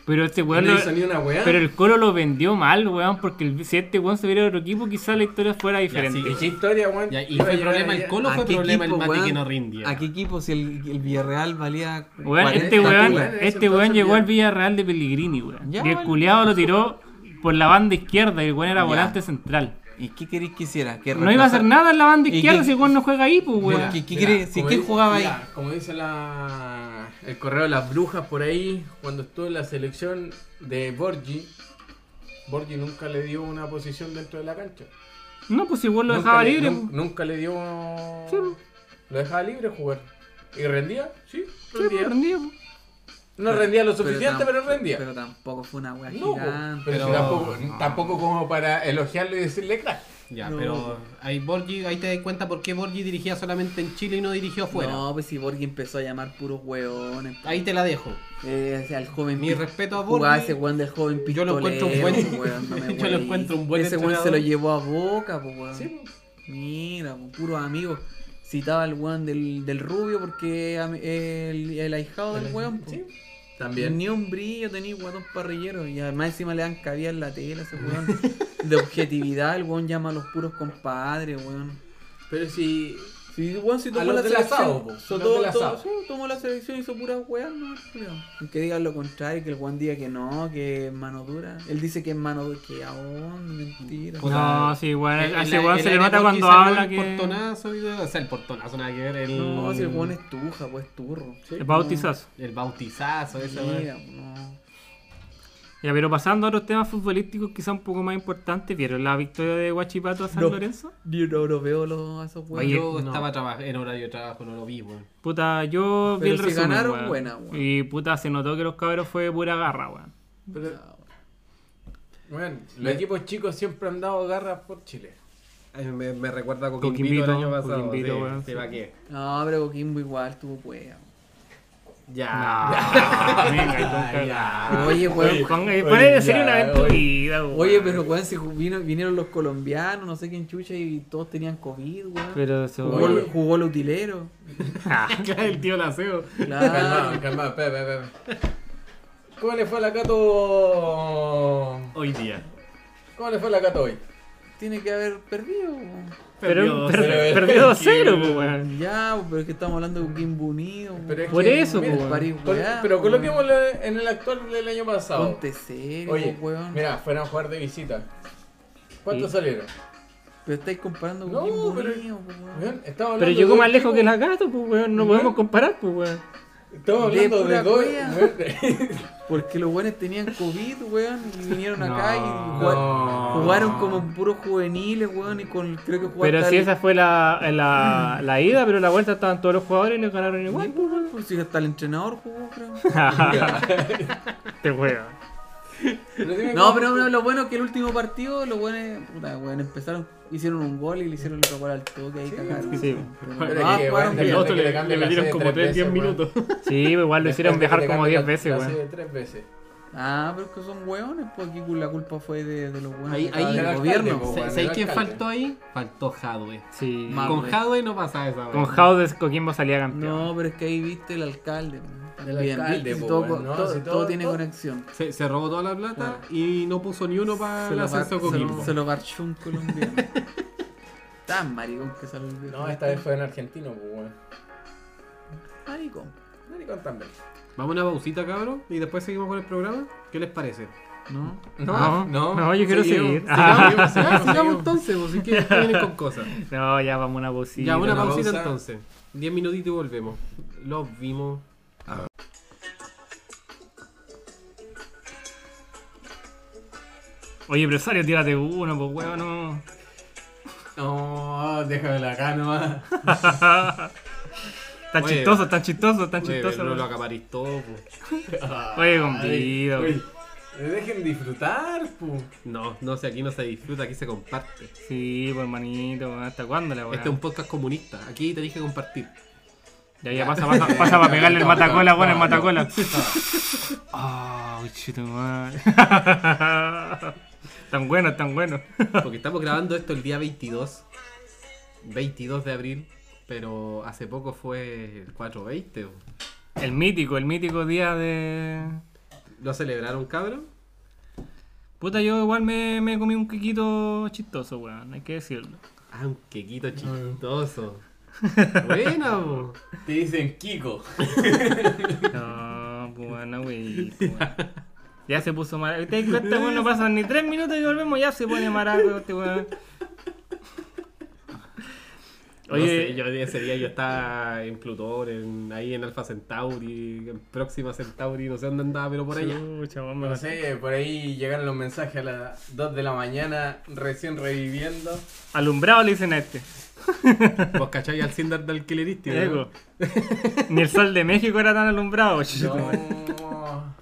Pero este
No
weón
no
lo-
hizo ni una weá.
Pero el Colo lo vendió mal, weón, porque el, si este weón se hubiera ido a otro equipo, quizá la historia fuera diferente.
sí,
¿Y qué historia, weón?
Ya, y
Iba
fue
a
el
llegar
problema el
allá.
Colo,
¿A
fue
qué
problema el
equipo,
Mati que
weón?
no rindía.
¿A qué equipo? Si el, el Villarreal valía.
Weón,
40
este weón,
culas.
este
Entonces,
weón llegó
ya.
al Villarreal de Pellegrini, weón.
Ya,
y el
vale.
culiado lo tiró por la banda izquierda y el weón era
Ya.
volante central.
¿Y qué queréis que hiciera? ¿Que
No iba a hacer
reemplazara-
nada en la banda
¿Y
izquierda
qué-
si el weón no juega ahí, pues weón.
Porque, ¿qué
Mira,
quiere- si
como
quién
dice-
jugaba ahí?
mira, Como dice la, el correo de las brujas por ahí, cuando estuvo en la selección de Borgi, Borgi nunca le dio una posición dentro de la cancha.
No, pues si el weón lo
Nunca
dejaba
le-
libre.
nun-
pues.
nunca le dio.
Sí, po.
Lo dejaba libre jugar. ¿Y rendía? Sí,
Sí, pues,
rendía.
rendía, pues.
No rendía lo suficiente, pero,
tam-
rendía.
Pero tampoco fue una wea
no, po.
gigante.
pero si
Pero-
tampoco, tampoco como para elogiarlo y decirle crack.
Ya,
No.
pero ahí, Borgi, ahí te das cuenta por qué Borgi dirigía solamente en Chile y no dirigió afuera.
No, pues si Borghi empezó a llamar puros hueones.
Ahí te la dejo.
Eh, o sea, el joven.
Mi
pis-
respeto a
Jugaba
Borghi.
ese weón del joven
Yo
pistolero.
lo encuentro un buen-
weón, no me
yo lo
weís.
encuentro un buen
Ese weón se
entrenador.
lo llevó a boca, po, weón.
Sí,
Mira, po, puros amigos. Citaba al weón del, del rubio porque am- el, el ahijado del weón. po.
sí. También.
Ni un brillo tenía guatón parrillero. Y además encima le dan cabida en la tela a ese weón. De objetividad, el weón llama a los puros compadres, weón.
Pero si.
Sí, weón, si
A
tomó
los
la
del
selección.
asado, po.
hizo
Los
todo-
del
todo-
asado.
sí, tomó la selección y hizo puras weas, no, culiao. Que digan lo contrario, que el Juan diga que no, que es mano dura. Él dice que es mano dura, que aún, mentira.
Puta,
No, sí, weón.
El-
A ese
el-
weón
el
se le
aire
nota
Borghi
cuando
salió
habla
el
que.
portonazo y todo, o sea, el portonazo nada que ver, el...
No, si el Juan es tuja, pues es turro. pues,
Sí.
El bautizazo.
El bautizazo, esa weá.
Mira, no.
Ya, pero pasando a otros temas futbolísticos quizá un poco más importantes, ¿vieron la victoria de Guachipato a San
No.
Lorenzo?
Yo no, no veo los, a esos
Oye,
huevos.
Yo
no.
estaba traba- en horario de trabajo, no lo vi, weón.
Puta, yo vi
Pero
el
si
resumen,
ganaron,
weón.
buena, weón.
Y puta, se notó que los cabros fue pura garra, weón.
Bueno, los equipos chicos siempre han dado garras por Chile.
Ay, Me, me recuerda a Coquimbito,
Coquimbito,
el año pasado.
Coquimbito,
sí,
weón,
sí,
sí.
¿pa' qué?
No, pero Coquimbo igual tuvo hueá.
Ya.
No, venga, y
Ya,
con cagada.
ya.
Ah. Oye,
Weón,
weón.
con- eh,
oye,
Poner en
ya,
serio una vez en tu
oye.
vida, weón.
Oye, pero weón, si ju- vino- vinieron los colombianos, no sé quién chucha, y todos tenían COVID, weón.
Pero se-
jugó, el-
Oye.
jugó el utilero.
Ah,
el tío Laceo.
Calmado,
Claro.
calmado, espera, espera, espera. ¿Cómo le fue a la Cato?
Hoy día.
¿Cómo le fue a la Cato hoy?
Tiene que haber perdido, weón.
Pero
cero,
per-
eh.
perdió 2-0, pues, weón.
Ya, pero es que estamos hablando de Coquimbo unido.
Pero es
weón.
que-
Por eso,
mira,
po,
París,
Col-
weá,
pero
weón.
coloquémoslo en el actual del año pasado.
Ponte serio,
Oye,
weón.
mira, fueron a jugar de visita. ¿Cuántos
Sí.
salieron?
Pero estáis comparando
No,
Coquimbo
pero-
unido, weón.
Weón, estamos
Pero
hablando
llegó
de
más
un
lejos
equipo-
que la gato, pues, weón. No
Ujú.
podemos comparar, pues, weón.
Estamos
De
hablando de,
pura
dos.
wea. Porque los weones tenían COVID, weón, y vinieron acá y
No.
jugua- jugaron como puros juveniles, weón, y con creo que jugaron
Pero
hasta
si
el-
esa fue la, la, la ida, pero la vuelta estaban todos los jugadores y nos ganaron
Sí,
igual.
pues, weón, pues, si hasta el entrenador jugó, creo.
Te juego.
No, pero no, lo bueno es que el último partido, los weones, puta, weón, empezaron, hicieron un gol y le hicieron el gol al toque ahí cagaron.
Sí,
Pero
Ah,
es que,
jugaron
weón,
bien.
el otro le- le metieron como tres, diez minutos.
sí igual lo
Este,
hicieron viajar como 10 veces, weón.
Tres veces.
Ah, pero es que son weones, pues aquí la culpa fue de, de los weones
Ahí-
de acá
ahí-
del
Del
gobierno.
alcalde,
pues.
weón,
¿Sabéis
el
quién
alcalde.
faltó ahí? Faltó Jadwe.
Sí.
Mal,
Con
weón.
Jadwe no pasaba esa
Con
weón.
Jaudes Coquimbo salía campeón.
No, pero es que ahí viste el alcalde. weón.
El
Bien,
alcalde,
viste,
pues,
todo,
weón, ¿no?
todo-
Si
todo
todo-
tiene
todo-
conexión.
Se, se robó toda la plata y no puso ni uno para
Se
el
lo, gar-
ascenso a
se,
Coquimbo.
lo, se lo garchó un colombiano. Tan maricón que salió el viejo.
No, esta vez fue en argentino, pues, weón.
Maricón.
Maricón también.
Vamos a una pausita, cabrón, y después seguimos con el programa. ¿Qué les parece?
¿No?
No, no, yo quiero seguir.
Sigamos,
Ah.
sigamos, sigamos entonces, pues, si que después vienen con cosas.
No, ya vamos a una bocina.
ya, una
una
pausita
pausa.
entonces. Diez minutitos y volvemos. Los vimos.
Oye, empresario, tírate uno, pues, weón, no.
No, déjamela acá nomás.
Tan
Oye.
chistoso, tan chistoso, tan
Oye,
chistoso.
pero no
weón.
lo acaparís todo, pues.
Oye, con vida,
Oye, Eh, Dejen disfrutar, pues.
No, no sé, aquí no se disfruta, aquí se comparte.
Sí, pues, manito, weón, ¿hasta cuándo la weón?
Este es un podcast comunista, aquí tenéis que compartir.
Ya, ya pasa, pasa, pasa para pegarle el
No,
matacola,
no,
bueno, el
no.
matacola. Ah, chito madre. Tan bueno, tan bueno.
Porque estamos grabando esto el día 22. 22 de abril. Pero hace poco fue el 420. po.
El mítico, el mítico día de.
¿Lo celebraron, cabrón?
Puta, yo igual me, me comí un quiquito chistoso, weón, hay que decirlo.
Ah, un quequito chistoso. Buena, po.
Te dicen Kiko.
No, pues, bueno, wey. pues, weón. Ya se puso maraco. ¿Te das cuenta, weón? No pasan ni tres minutos y volvemos, ya se pone maraco este weón.
Oye, yo ese día yo estaba en Plutón, en- ahí en Alfa Centauri, en Próxima Centauri, no sé dónde andaba, pero por allá.
chucha, weón, me
No sé, por ahí llegaron los mensajes a las 2 de la mañana, recién reviviendo.
Alumbrado le dicen a este.
Vos cacháis al Sindar de alquilerístico.
Ego. Ni el sol de México era tan alumbrado. chico.
No.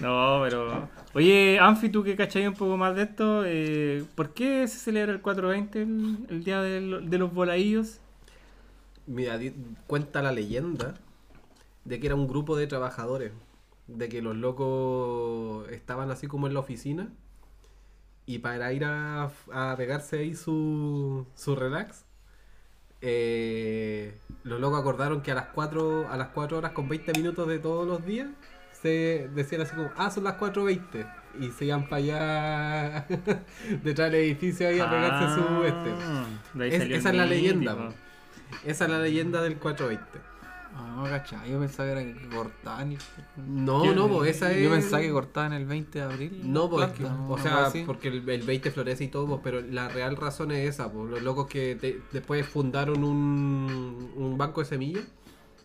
No, pero. Oye, Anfi, tú que cachai un poco más de esto, eh, ¿por qué se celebra el 420, el, el día de, lo- de los voladillos?
Mira, di- cuenta la leyenda de que era un grupo de trabajadores, de que los locos estaban así como en la oficina y para ir a, a pegarse ahí su, su relax, eh, los locos acordaron que a las 4 a las 4 horas con 20 minutos de todos los días se decían así como, ah, son las 4.20 y se iban para allá detrás del edificio ahí a pegarse
Ah.
su este.
de ahí
Es-
salió el
esa es la
mítico.
leyenda. po. Esa es la leyenda del 420.
Ah, cachai, yo pensaba que era que cortaban. el-
No, no, po, esa es.
Yo pensaba que cortaban el 20 de abril.
No, po,
pues
es que- o sea, porque el, el 20 florece y todo, po, pero la real razón es esa, po, los locos que te- después fundaron un, un banco de semillas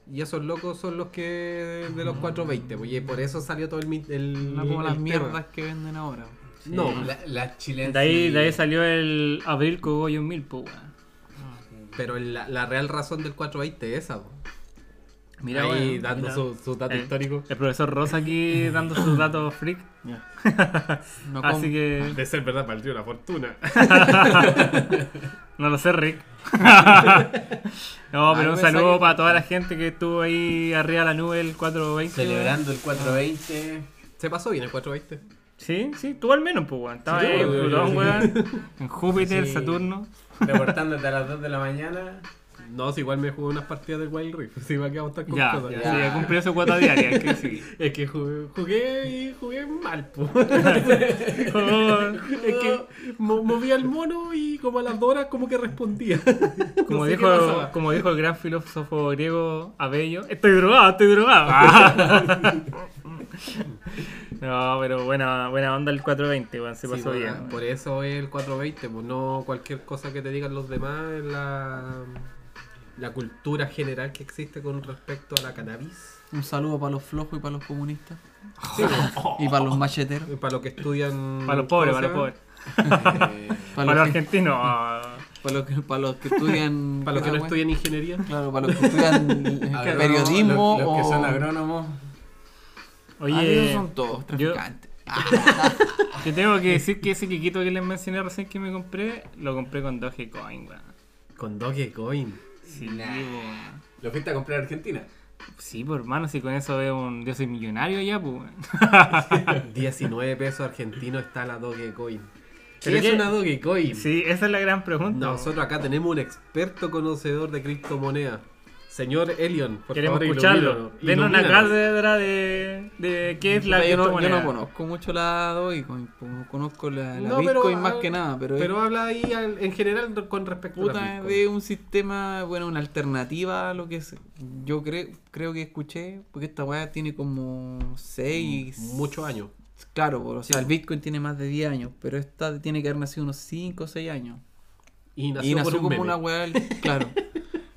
Y esos locos son los que de los 420, pues, y por eso salió todo el, mi- el,
No como
el
las
tema.
mierdas que venden ahora.
No, la-
la, la chilena.
De ahí,
sí.
de ahí salió el Abril Cogollo en Milpo, weón.
pero la, la real razón del 420 es esa. po.
Mira,
ahí
weón,
dando
mira.
su, su dato
Eh,
histórico
El profesor Rosa aquí dando sus datos freak.
No com-
Así que
de ser verdad valdría una fortuna.
no lo sé, Rick. no, pero
Algo
un
es
saludo
algo-
para toda la gente que estuvo ahí arriba de la nube el 420. weón.
Celebrando el 420.
Ah. Se pasó bien el 420.
Sí, sí, tú al menos, pues, weón. Estaba
Sí,
ahí en
yo, yo,
Plutón,
yo.
weón. En Júpiter,
Sí.
Saturno.
Reportándote a las 2 de la mañana.
No, si igual me jugué unas partidas del Wild Rift, si va a quedar con
Ya,
cosas.
ya, sí, ya cumplió su cuota diaria. hay Que sí.
Es que jugué, jugué y jugué mal, po.
Como,
Es que mo- movía el mono y como a las dos horas como que respondía. No
como
sé qué
dijo,
pasaba.
como dijo el gran filósofo griego Abello, estoy drogado, estoy drogado. no, pero buena, buena onda el 420, weón,
Sí,
se pasó
bueno,
bien. weón.
Por eso es el 420, pues no cualquier cosa que te digan los demás, es la, la cultura general que existe con respecto a la cannabis.
Un saludo para los flojos y para los comunistas. y para los macheteros.
Eh, Para los que estudian.
Para los pobres,
¿cómo
para
se
los
llama?
pobres.
Para,
Eh,
Para los
los, que,
argentinos. ah.
para, los, que, para los que estudian.
Para los que no
esa wea.
estudian ingeniería.
Claro, para los que estudian eh,
agrónomos,
periodismo. Oh.
los, los que
o-
son agrónomos.
Ah, esos
Oye,
son todos traficantes.
te tengo que decir que ese quiquito que les mencioné recién que me compré, lo compré con Dogecoin, weón.
Con Dogecoin.
Sí,
Nah.
weón.
Lo fuiste a comprar a Argentina.
Sí, por hermano, si con eso veo un. Yo soy millonario ya, pues.
19 pesos argentinos está la Dogecoin.
¿Pero
¿Qué es
qué?
una Dogecoin?
Sí, esa es la gran pregunta.
Nosotros acá tenemos un experto conocedor de criptomonedas. Señor Elion, por
Queremos
favor,
escucharlo.
ilumínanos,
Denos una
ilumínanos.
cátedra de, de qué es la
yo, no, yo
criptomoneda.
no conozco mucho la Dogecoin, po, conozco la, la
No,
Bitcoin
pero- ah,
más que nada, pero,
Pero habla ahí al- en general con
es
respecto a
puta
la
de un sistema, bueno, una alternativa a lo que es, yo creo creo que escuché, porque esta weá tiene como 6,
Mm, Muchos años.
claro, po, o sea, el Bitcoin tiene más de 10 años, pero esta tiene que haber nacido unos 5 o 6 años.
Y nació,
y nació
por un
como
meme.
una weá, claro.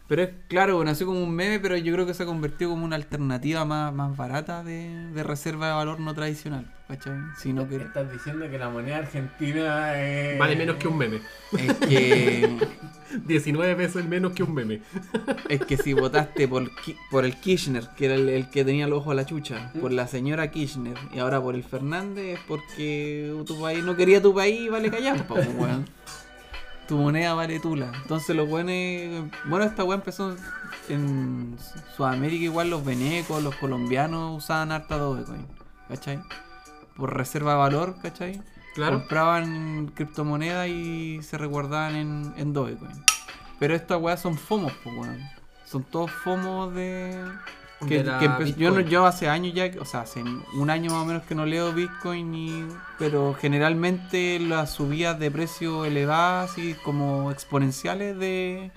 Pero es claro, nació como un meme, pero yo creo que se ha convertido como una alternativa más, más barata de, de reserva de valor no tradicional, ¿cachai? Sino que
Estás diciendo que la moneda argentina eh,
Vale menos que un meme.
es que
19 pesos el menos que un meme.
Es que si votaste por, Ki- por el Kirchner, que era el, el que tenía los ojos a la chucha, por la señora Kirchner, y ahora por el Fernández, es porque tu país no quería tu país, y vale callar, po, weón. Tu moneda vale tula. Entonces los weones. Bueno, esta weá empezó en Sudamérica, igual los venecos, los colombianos usaban harta Dogecoin, ¿cachai? Por reserva de valor, ¿cachai?
Claro.
Compraban criptomonedas y se resguardaban en, en Dogecoin. Pero estas weas son FOMOs, pues weón. Son todos FOMOs de. Que,
De la
que empe- yo, no-
Bitcoin.
yo hace años ya, o sea, hace un año más o menos que no leo Bitcoin, y, pero generalmente las subidas de precio elevadas y como exponenciales de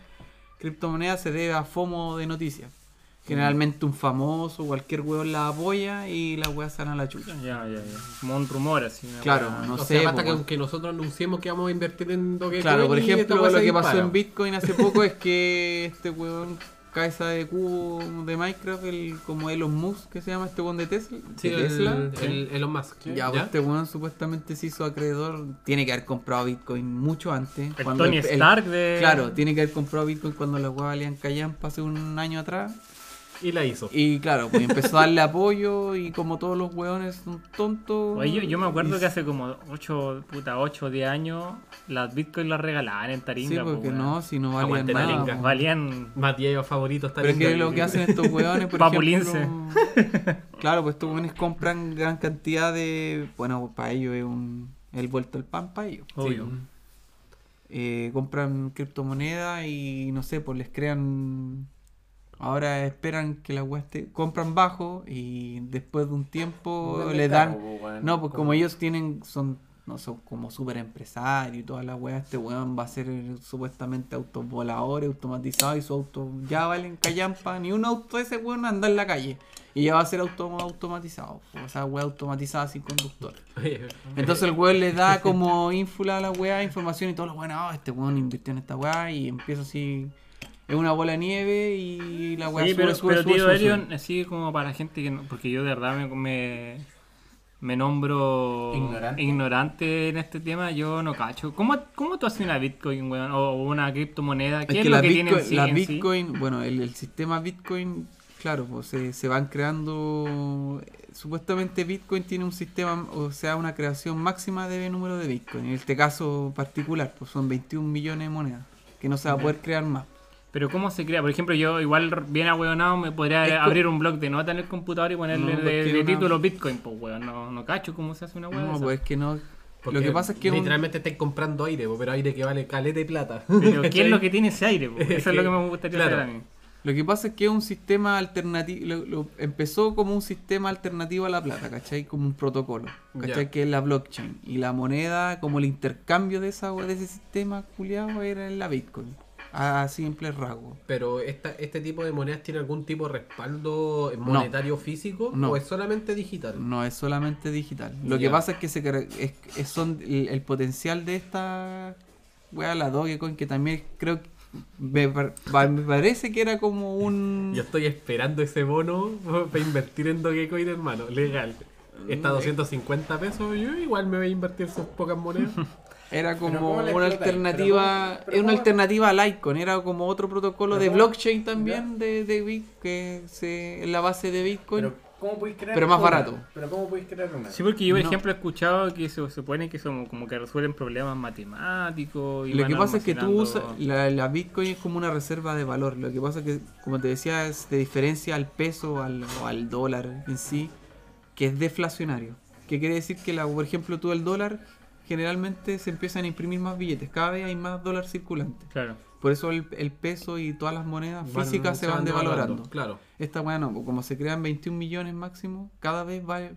criptomonedas se debe a FOMO de noticias.
Mm.
Generalmente un famoso, cualquier weón la apoya y las weas salen a la chucha.
Ya, ya, ya. Como un rumor así. una
Claro,
weá.
no
o
sé.
sea, basta
po,
que,
weón.
aunque nosotros anunciemos que vamos a invertir en Dogecoin.
Claro, por
y esta
ejemplo,
weá
lo
se
que pasó
dispara.
en Bitcoin hace poco es que este weón cabeza de cubo de Minecraft, el, como Elon Musk, que se llama este weón de Tesla.
Sí,
de
el,
Tesla.
el- Elon Musk.
Ya, pues, este weón supuestamente se hizo acreedor. Tiene que haber comprado Bitcoin mucho antes.
El
cuando
Tony
el- el-
Stark de.
Claro, tiene que haber comprado Bitcoin cuando las weas valían callampa hace un año atrás.
Y la hizo.
Y claro, pues empezó a darle apoyo y como todos los weones son tontos.
Oye, yo, yo me
y
acuerdo que hace como 8, puta, 8 o 10 años las bitcoins las regalaban en Taringa.
Sí, porque
po, pues, weón.
no, si no valían
Aguante
nada. pues.
Taringa.
po.
Valían.
Matías favorito está
Pero es
en
que
Dogecoin.
lo que hacen estos hueones, por
Papulince.
ejemplo, Claro, pues estos hueones compran gran cantidad de. Bueno, para ellos es un. El vuelto al pan para ellos.
Obvio.
Eh, compran criptomonedas y no sé, pues les crean. Ahora esperan que la web esté. Compran bajo y después de un tiempo
¿Dónde
le
está,
dan.
po, weón?
No, pues como
¿Cómo?
ellos tienen, son, no son como super empresarios y toda la weá, este weón va a ser eh, supuestamente autos voladores, automatizados y sus autos ya valen callampa, ni un auto de ese weón anda en la calle. Y ya va a ser auto automatizado, pues, o sea, weá automatizada sin conductor. Entonces el weón le da "Ah, como ínfula a la weá, información y todo lo bueno, este weón invirtió en esta weá y empieza así. Es una bola de nieve y la weá
Sí,
sube,
pero,
sube,
pero
sube,
tío
sube,
Elion,
sube.
así como para gente que no, porque yo de verdad me, me, me nombro
Ignorante.
ignorante en este tema, yo no cacho. ¿Cómo, cómo tú haces una Bitcoin, weón? O una criptomoneda, ¿qué es,
Es que
lo
la
que tiene en
Bitcoin,
sí?
la
en sí?
Bitcoin bueno, el, el sistema Bitcoin, claro, pues, se, se van creando. Supuestamente Bitcoin tiene un sistema, o sea, una creación máxima de número de Bitcoin. En este caso particular, pues son 21 millones de monedas, que no se va a poder crear más.
Pero ¿cómo se crea? Por ejemplo, yo igual bien ahueonado me podría
Es co-
abrir un blog de notas en el computador y ponerle
No,
de,
porque
de
una-
título Bitcoin, pues weón, no, no cacho cómo se hace una weón.
No, pues es que no. Lo
Porque
que pasa es que es un-
literalmente estáis comprando aire, po, pero aire que vale caleta de plata.
Pero ¿qué es
¿Cachai?
lo que tiene ese aire? po? Eso es lo que me gustaría
Claro.
saber a mí.
Lo que pasa es que es un sistema alternativo, empezó como un sistema alternativo a la plata, ¿cachai? Como un protocolo, ¿cachai?
Ya.
Que es la blockchain. Y la moneda, como el intercambio de, esa, de ese sistema culiado era en la Bitcoin, a simple rasgo.
Pero esta, este tipo de monedas tiene algún tipo de respaldo monetario físico
No.
o es solamente digital.
No es solamente digital. Lo
Ya.
que pasa es que se cara- es, es- son el, el potencial de esta wea, la Dogecoin, que también creo que me, par- pa- me parece que era como un...
Yo estoy esperando ese bono para invertir en Dogecoin, hermano, legal. Está
Mm,
a
eh.
250 pesos, yo igual me voy a invertir sus pocas monedas.
Era
Pero
como
¿cómo le
una
explotáis?
alternativa,
Pero ¿cómo-
era
pero
una
cómo-
alternativa al Icon, era como otro protocolo
Pero
de
¿cómo-
blockchain también de, de Bit que se, en la base de Bitcoin.
Pero, ¿cómo podéis crear
Pues, Pero más
una?
barato.
Pero, ¿cómo podéis crear una?
Sí, porque yo, por
No.
ejemplo, he escuchado que se supone que son como que resuelven problemas matemáticos. Y
lo
van
que pasa es que tú usas,
almacenando-
la, la Bitcoin es como una reserva de valor. Lo que pasa es que, como te decía, es de diferencia al peso al, o al dólar en sí, que es deflacionario. Que quiere decir que, la, por ejemplo, tú el dólar, generalmente se empiezan a imprimir más billetes, cada vez hay más dólar circulante.
Claro.
Por eso el, el peso y todas las monedas
Van-
físicas se van devalorando.
Claro.
Esta weá no, pues, como se crean 21 millones máximo, cada vez vale,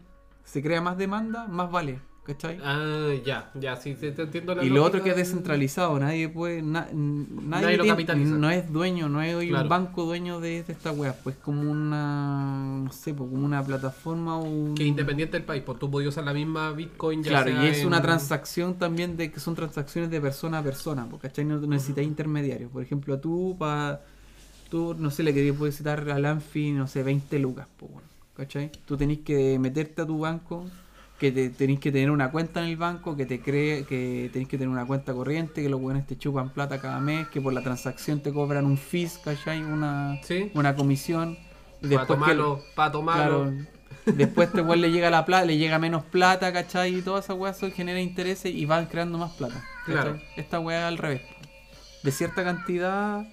se crea más demanda, más vale, ¿cachai?
Ah, ya, ya, sí, te, te entiendo la
y lo otro
lógica
que es
del-
descentralizado, nadie puede, na- n- nadie,
Nadie lo
tiene-
capitaliza.
no es dueño, no es hoy
Claro.
un banco dueño de, de esta weá, pues como una, no sé, pues, como una plataforma o un...
Que independiente del país, pues tú podías usar la misma Bitcoin. ya
Claro,
sea
y es
en-
una transacción también de que son transacciones de persona a persona, porque ¿cachai? No necesitas intermediarios. Por ejemplo, tú, pa, tú no sé, le querías depositar a Lanfi, no sé, 20 lucas, po, weón, ¿cachai? Tú tenés que meterte a tu banco, que te, tenés que tener una cuenta en el banco, que te cree, que tenés que tener una cuenta corriente, que los buenos te chupan plata cada mes, que por la transacción te cobran un fees, ¿cachai? Una,
Sí.
una comisión. Y
Para
después que-
tomarlo, para tomarlo.
Claro. Después este weón le llega la plata, le llega menos plata, ¿cachai? Y toda esa weá eso genera intereses y van creando más plata. ¿cachai?
Claro.
Esta weá al revés. De cierta cantidad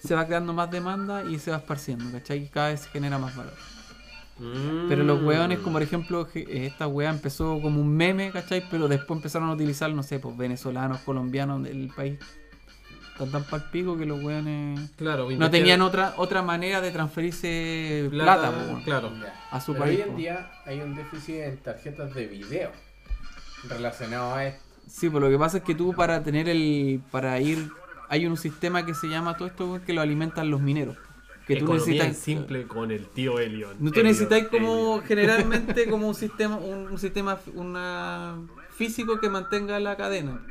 se va creando más demanda y se va esparciendo, ¿cachai? Y cada vez se genera más valor.
Mm.
Pero los weones, como por ejemplo, je- eh, esta weá empezó como un meme, ¿cachai? Pero después empezaron a utilizar, no sé, pues venezolanos, colombianos del país. Están tan pal pico que los weones
Claro,
no tenían otra, otra manera de transferirse plata,
plata.
po, weón.
claro.
Ya.
A su
Pero
país,
hoy en
po.
día hay un déficit en tarjetas de video relacionado a esto.
Sí, pues lo que pasa es que tú para tener el... para ir... Hay un sistema que se llama todo esto weón, que lo alimentan los mineros. Que tú
Economía en
necesitas...
simple con el tío Elion.
No, tú
Elion,
necesitas como
Elion.
generalmente como un sistema, un, un sistema, una físico que mantenga la cadena.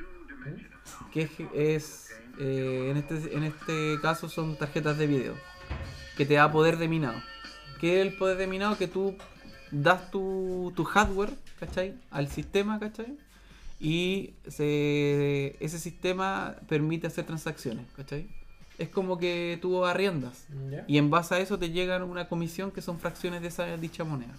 Que es, es, eh, en, este, en este caso son tarjetas de video. Que te da poder de minado. Que es el poder de minado que tú das tu, tu hardware, ¿cachai? Al sistema, ¿cachai? Y se- ese sistema permite hacer transacciones, ¿cachai? Es como que tú arriendas.
¿Ya?
Y en base a eso te llegan una comisión que son fracciones de esa dicha moneda.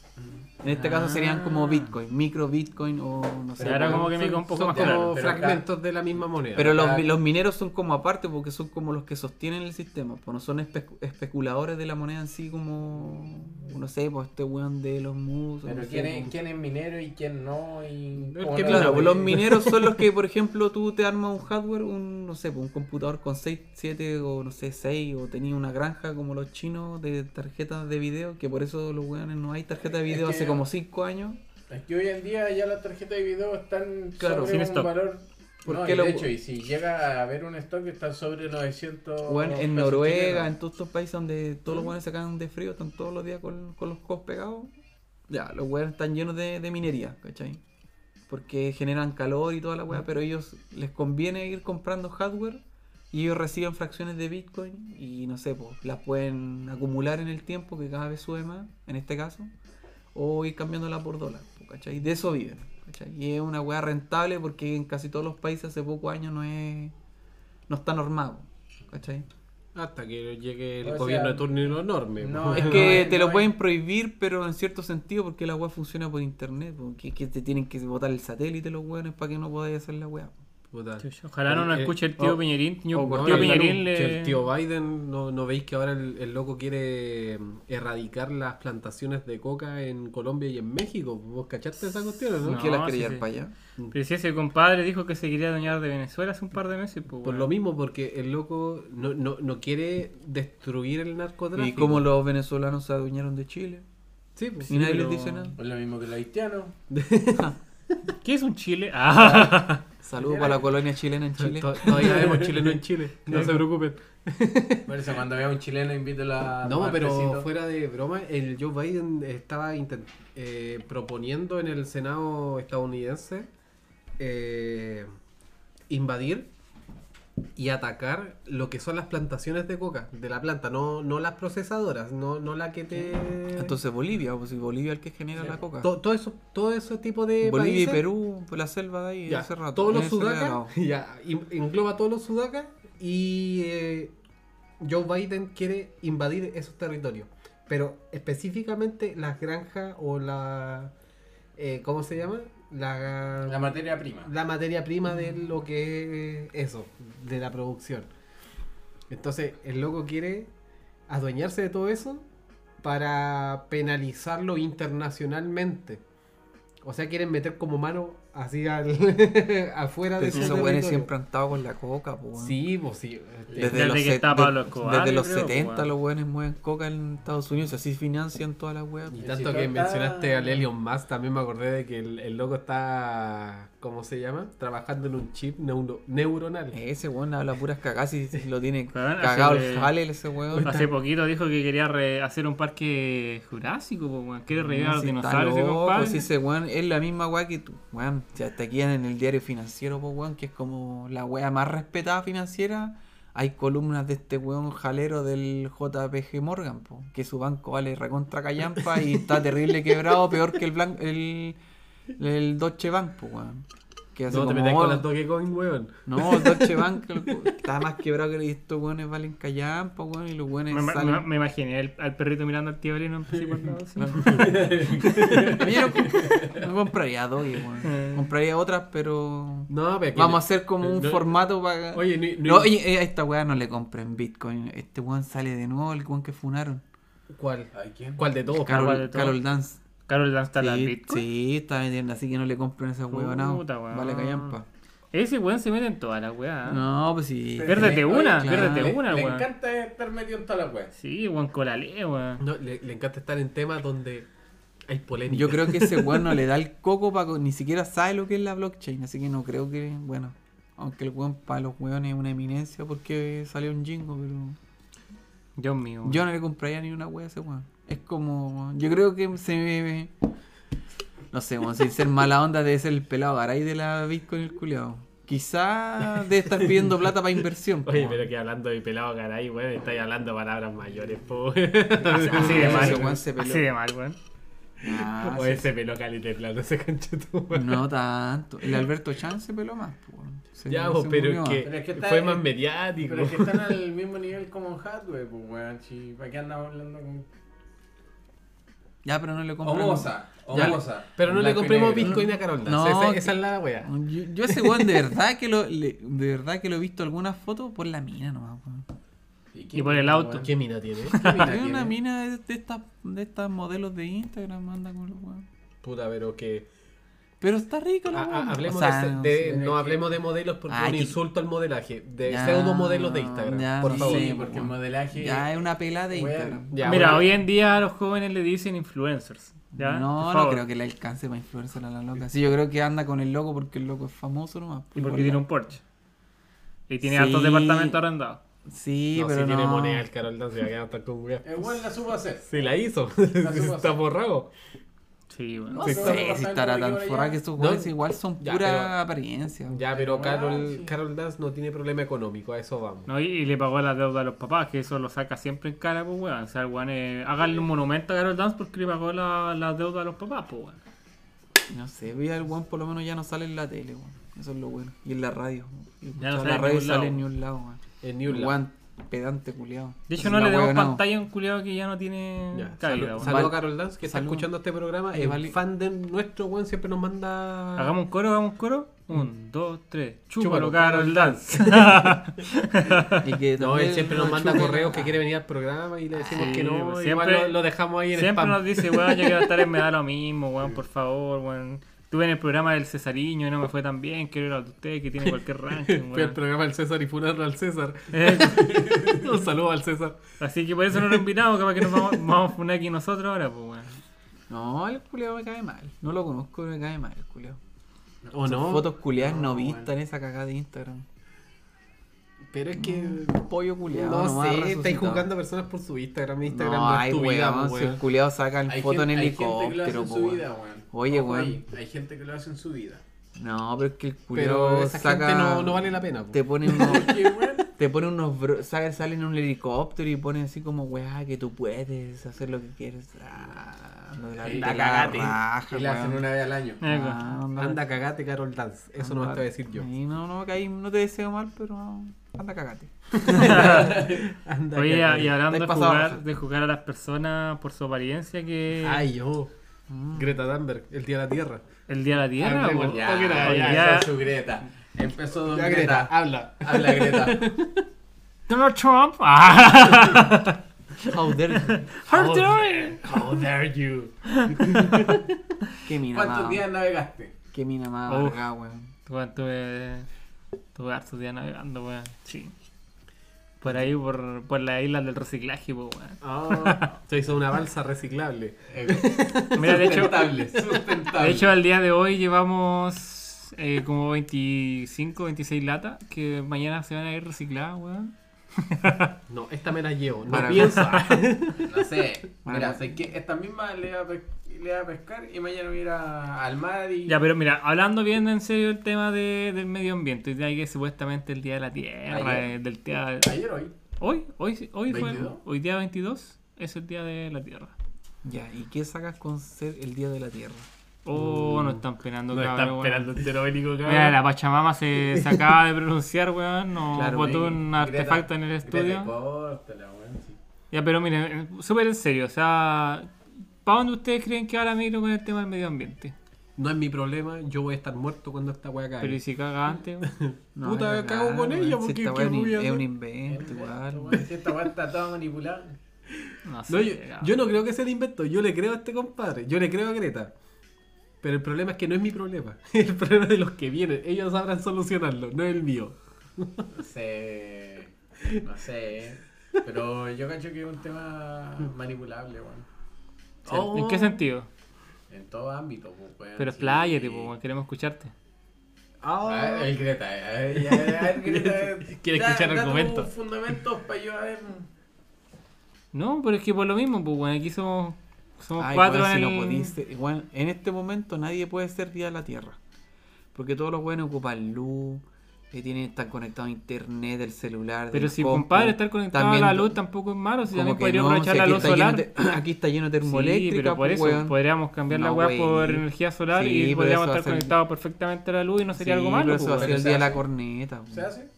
En este caso serían como Bitcoin, micro Bitcoin o no sé.
Ah. Pero ahora
bueno.
como que me queda un poco
Son
más
como
claro.
pero acá-
fragmentos de la misma moneda.
Pero los,
acá-
los mineros son como aparte porque son como los que sostienen el sistema. Pues no son espe- especuladores de la moneda en sí como, no sé, pues este weón de los mus. o no
Pero
sé,
quién es,
pues.
quién es minero y quién no. Y
El
cómo
que
no
Claro,
lo
pues los
ve.
mineros son los que, por ejemplo, tú te armas un hardware, un, no sé, pues un computador con 6, 7 o no sé, 6 o tenías una granja como los chinos de tarjetas de video, que por eso los weones no hay tarjeta de
Es
video
que-
hace como 5 años.
Es que hoy en día ya las tarjetas de video están
Claro,
sobre
sin
un
stock.
valor.
¿Por
No,
qué
y
lo-
de hecho, y si llega a haber un stock que está sobre 900.
Weón, en
pesos
Noruega, en
chilenos.
todos estos países donde todos los weones se cagan de frío, están todos los días con, con los cos pegados. Ya, los weones están llenos de, de minería, ¿cachai? Porque generan calor y toda la weá, pero a ellos les conviene ir comprando hardware y Y ellos reciben fracciones de Bitcoin y no sé, pues, las pueden acumular en el tiempo que cada vez sube más, en este caso, o ir cambiándola por dólar, pues, ¿cachai? De eso viven, ¿cachai? Y es una weá rentable porque en casi todos los países hace pocos años no es no está normado, ¿cachai?
Hasta que llegue el
O sea,
gobierno de turno y lo norme. pues,
no,
po.
Es
no
que
es-
te
no
lo
es-
pueden prohibir, pero en cierto sentido, porque la weá funciona por internet. Porque que te tienen que botar el satélite los weones para que no podáis hacer la weá.
Puta.
Chucha, Ojalá no nos
Eh,
escuche el tío
o-
Piñerín. Yo-
O
tío
cortarle la
Piñerín
luz.
le...
Si el tío Biden, ¿no, no veis que ahora el, el loco quiere mm, erradicar las plantaciones de coca en Colombia y en México? ¿Vos cachaste esa cuestión, o no?
¿Por qué las
No,
queréis
sí,
llevar
sí.
para allá?
Pero si ese compadre dijo que se quería dañar de Venezuela hace un par de meses, pues
Por
weón.
lo mismo, porque el loco no, no, no quiere destruir el narcotráfico.
Y como los venezolanos se adueñaron de Chile.
Sí, pues.
y nadie
pero-
les dice nada.
Es lo mismo que los haitianos.
¿Qué es un chile? Ah,
Saludos para la colonia chilena en Chile.
To- Todavía vemos chileno en Chile, no se preocupen.
Por eso cuando vea un chileno invítelo a
No,
tomar
pero
tecito.
fuera de broma, el Joe Biden estaba inten- eh, proponiendo en el Senado estadounidense eh, invadir y atacar lo que son las plantaciones de coca, de la planta, no, no las procesadoras, no, no la que te...
Entonces Bolivia, pues si Bolivia es el que genera la coca.
To- todo, eso, todo ese tipo de...
Bolivia y
países,
Perú, pues la selva de ahí,
ya,
hace rato.
todos los
Ese
sudacas,
lado.
ya, in- engloba todos los sudacas y eh, Joe Biden quiere invadir esos territorios. Pero específicamente las granjas o la... eh, ¿Cómo se llama? La,
La materia prima.
la materia prima de lo que es eso, de la producción. Entonces, el loco quiere adueñarse de todo eso para penalizarlo internacionalmente. O sea, quieren meter como mano así al- afuera
Pero
de
si
su
esos weones
territorio.
siempre han estado con la coca, pues. weón.
Sí, pues sí.
Desde,
Desde
los,
que
set-
está
de-
Pablo Escobar,
desde
yo
los
creo,
70
weón.
los buenos mueven coca en Estados Unidos, así financian todas las weas.
Y
El
tanto
chico
que
está-
mencionaste al Elon Musk, también me acordé de que el, el loco está, ¿cómo se llama? Trabajando en un chip neuro- neuronal.
Ese weón habla puras cagadas y lo tiene
Weón,
cagado
hace-
el jale ese weón.
hace poquito dijo que quería re- hacer un parque jurásico, pues, weón. Quiere revivar a los
Si está
dinosaurios, ese
loco,
compadre.
si ese weón es la misma wea que tú. Weón, si hasta aquí en el diario financiero, pues weón, que es como la wea más respetada financiera. Hay columnas de este weón jalero del JPG Morgan, po, que su banco vale recontra callampa y está terrible quebrado, peor que el blan- el, el Deutsche Bank, po, weón. Que hace
No te
como
metas con
"Oh,
las Dogecoin, weón.
No, el Deutsche Bank loco, está más quebrado que estos weones valen callampa, weón, y los weones
me,
salen.
me- me imaginé el- al perrito mirando al tío Breno en principio, ¿no? Sí.
A mí yo no, comp- no pues, compraría dos,
Eh.
weón. Compraría otras, pero.
No, pero es que-
Vamos a hacer como un
no-
formato para.
Oye, ni- ni-
no, oye, eh, a esta weá no le compren Bitcoin. Este weón sale de nuevo, el weón que funaron.
¿Cuál?
Ay, ¿quién?
¿Cuál de todos?
¿cuál de
Carol,
todos?
Carol Dance.
Carol Dance está la
Sí,
Bitcoin.
sí, está vendiendo, así que no le compren esa weón. No.
Puta, weón.
Vale, callampa.
Ese weón se mete en toda la weá. ¿eh?
No, pues sí.
Piérdete una,
claro.
piérdete
Le-
una,
Le
weón.
encanta estar metido en todas las weas.
Sí, weón, colale, weón.
No, le, le encanta estar en temas donde hay polémica.
Yo creo que ese weón no le da el coco para ni siquiera sabe lo que es la blockchain, así que no creo que, bueno, aunque el weón para los weones es una eminencia porque salió un jingo, pero
Dios mío. weón.
yo no le compraría ni una wea a ese weón. Es como, yo creo que se me, no sé, weón, sin ser mala onda debe ser el pelado garay de la Bitcoin el culiao. Quizá debe estar pidiendo plata para inversión. po,
Oye,
weón.
pero que hablando de pelado caray, weón, estáis hablando palabras mayores, po.
Así, así de
Ese
mal.
weón
weón.
se peló.
Así de mal, weón.
Ah,
o ese pelo caliente plano, ese conchetudo.
No tanto. El Alberto Chan se peló más, po, weón. Se-
Ya, vos,
se
pero
murió
es
más.
que,
Pero es que está-
fue más mediático.
Pero es que están al mismo nivel como Hathaway, pues weón. Si, ¿Para qué andamos hablando con.
Ya, pero no le compran.
Homosa,
Ya,
homosa.
pero no le
Blanco y
compremos
negro.
Bitcoin a Carol Dance.
No,
esa,
que-
esa es la wea.
Yo, yo ese weón de verdad que lo le- de verdad que lo he visto algunas fotos por la mina nomás, weón.
quién
Y por el
tiene,
auto.
weón?
¿Qué mina Ah, tiene?
Hay
tiene?
una mina de, de estas de estas modelos de Instagram anda con los weón.
Puta, pero que.
Pero está rico la
Ah, ah,
weón.
hablemos
O sea,
de,
no
de-
sé.
no hablemos de modelos porque
Ah,
es un
que-
insulto al modelaje. De
Ya,
pseudo modelos de Instagram.
ya,
por
sí,
favor.
Sí, porque el modelaje.
Ya es una pelada de
Weón.
Instagram.
Ya,
Mira,
bueno.
hoy en día a los jóvenes le dicen influencers. ¿ya?
No,
Por
no
favor.
creo que le alcance para influenciar a la loca. Sí, yo creo que anda con el loco porque el loco es famoso nomás.
Y porque tiene un Porsche. Y tiene
Sí.
hartos departamentos arrendados.
Sí,
no,
pero
si
no.
tiene moneda el Carol Dance, se va a quedar hasta con wea.
El weón la supo hacer.
Sí, la hizo.
supo
Está
hacer.
borrado.
Sí, bueno.
No
Sí, está
sé si estará tan forrada que estos
No,
güeyes igual son
ya,
pura
pero-
apariencia.
Ya, pero
Ah,
Carol,
sí.
Carol Dance no tiene problema económico, a eso vamos.
No, y, y le pagó la deuda a los papás, que eso lo saca siempre en cara, pues, weón. O sea, el weón, eh, háganle un monumento a Carol Dance porque le pagó la, la deuda a los papás, pues, weón.
No sé, vea el weón por lo menos ya no sale en la tele, weón. Eso es lo bueno. Y en la radio. Y
Ya no
escuchar la
sale en
radio
ningún
sale
lado.
en ni un lado, weón.
En
Ni
New
un weón pedante culiado.
De hecho, no le demos pantalla a un culiado que ya no tiene cabida, weón.
Saludos a
Val-
Carol Dance, que
Salud.
está escuchando este programa.
Eh,
Es
vale.
fan de nuestro, weón, siempre nos manda...
Hagamos un coro, hagamos un coro. Un, dos, tres. Mm. Chúpalo,
Chúpalo, Carol
Carol Dance.
Y que
No, él
también
siempre nos manda
chupen.
correos que quiere venir al programa y le decimos
Sí,
que no.
pues,
igual
siempre-
lo, lo dejamos ahí en
Siempre
spam.
nos dice, weón, yo quiero estar en me da lo mismo, weón, por favor, weón. Estuve en el programa del Cesariño y no me fue tan bien. Quiero ir al de ustedes que tiene cualquier ranking,
Fui al
weón.
programa del César y funarlo al César.
Eh,
Un saludo al César.
Así que por eso no lo invitamos, capaz que nos vamos, vamos a funar aquí nosotros ahora, pues, weón.
No, el culiado me cae mal. No lo conozco, me cae mal el culiado.
¿O no?
Fotos culiadas no,
No,
vistas
bueno.
en esa cagada de Instagram.
Pero es que...
Pollo culiado.
Mm. No, sé, estáis juzgando
jugando
a personas por su Instagram. Mi Instagram
No,
no es
ay,
tu vida, pues,
weón. Si el
weón.
culiado saca el foto en
Hay gente que lo hace
helicóptero,
en
po,
su
weón.
vida, weón.
Oye,
Ojo ahí,
weón.
Hay gente que lo hace en su vida.
No, pero es que el
Pero
culiado
esa
saca.
gente no, no vale la pena. pues.
Te pone unos.
Porque, weón,
Te pone unos bro- sale, sale en un helicóptero y pone así como, weá, que tú puedes hacer lo que quieres. Ah, no, la,
Y
la
la
cagate.
raja,
y la hacen
weón.
una vez al año.
Eh, weón.
Ah, anda-
Anda, cagate, Carol Dance. Eso no me
anda-
estoy a decir yo.
Ahí no, no, que ahí no te deseo mal, pero anda cagate.
Anda,
Oye,
cagate.
y hablando de
Estáis pasado,
jugar,
Rafa.
de jugar a las personas por su apariencia, que
Ay, oh.
Mm.
Greta Thunberg, el día de la Tierra.
el día de la tierra,
Hablemos
pues.
ya,
Ya, ya,
ya.
empezó su Greta. Empezó Don Greta.
habla.
Habla Greta.
Donald Trump. Ah,
How dare you.
how dare you.
How dare you. Ah.
Qué mina
¿Cuántos
más.
días navegaste?
Qué mina más
Uf.
amargada, weón.
Weón, tuve, tuve harto día navegando, weón. Sí. Por ahí, por, por la isla del reciclaje, po, weón.
Oh. Se hizo una balsa reciclable.
Mira, de hecho,
sustentable, sustentable.
de hecho, al día de hoy llevamos eh, como 25, 26 latas que mañana se van a ir recicladas, weón.
No, esta me la llevo. No
Para-
piensa.
no sé.
Bueno.
Mira, sé que esta misma le va a, pes- le va a pescar y mañana voy a ir a- al mar y.
Ya, pero mira, hablando bien en serio el tema de, del medio ambiente, ya que supuestamente el día de la tierra,
Ayer.
eh, del día.
Ayer hoy.
Hoy, hoy, hoy fue.
22.
Hoy día 22 es el día de la tierra.
Ya, ¿y qué sacas con ser el día de la tierra?
Oh, nos están penando,
Nos están
cabrón, weón.
esperando entero bélico, cabrón.
Mira, la Pachamama se, se acaba de pronunciar, weón. Nos
Claro,
botó
Greta-
un artefacto en el
Greta,
estudio.
córtala, weón, sí.
ya, pero miren, eh, súper en serio. O sea, ¿para dónde ustedes creen que ahora me con el tema del medio ambiente?
No es mi problema, yo voy a estar muerto cuando esta weá
Pero
caiga.
y si caga antes, weón.
Puta,
es
cago
verdad,
con
weón.
ella,
Si
porque
esta
qué
weá ni-
voy a
es
hacer.
un invento,
Esto,
igual.
weón, si esta weá está toda manipulada.
No sé.
No, yo,
weón.
yo no creo que sea el invento, yo le creo a este compadre, yo le creo a Greta. Pero el problema es que no es mi problema, el problema es de los que vienen, ellos sabrán solucionarlo, no el mío.
No sé. No sé. Pero yo cacho que es un tema manipulable, weón.
¿En
Oh.
Oh.
qué sentido?
En todo ámbito, pues, weón.
Pero
sí.
expláyate, po, weón, queremos escucharte.
A
Ah.
ver, el Greta, eh, a ver, ya, a ver, Greta.
Quiere
da-
escuchar
da
argumentos.
tus fundamentos para yo a ver.
No, pero es que por lo mismo, pues, weón, aquí somos, somos
Ay,
cuatro
weón, si
en
no
el-
podís ser- weón, en este momento nadie puede ser día de la tierra. Porque todos los buenos ocupan luz, eh, tienen, están conectados a internet, el celular.
Pero
del
si,
compu.
compadre, estar conectado
También-
a la luz tampoco es malo. Si
como
también
que
podría
no,
aprovechar
si
la
aquí
luz
está lleno
solar.
de- aquí está lleno de termoeléctrica,
Sí, pero por
pues,
eso
weón.
podríamos cambiar la
No,
weá
wey.
por energía solar
Sí,
y
pero
podríamos
eso
estar
hace-
conectados perfectamente a la luz y no sería
Sí,
algo
pero
malo.
Eso
pues,
va a ser
weón.
el día de la corneta. pues.
¿Se hace?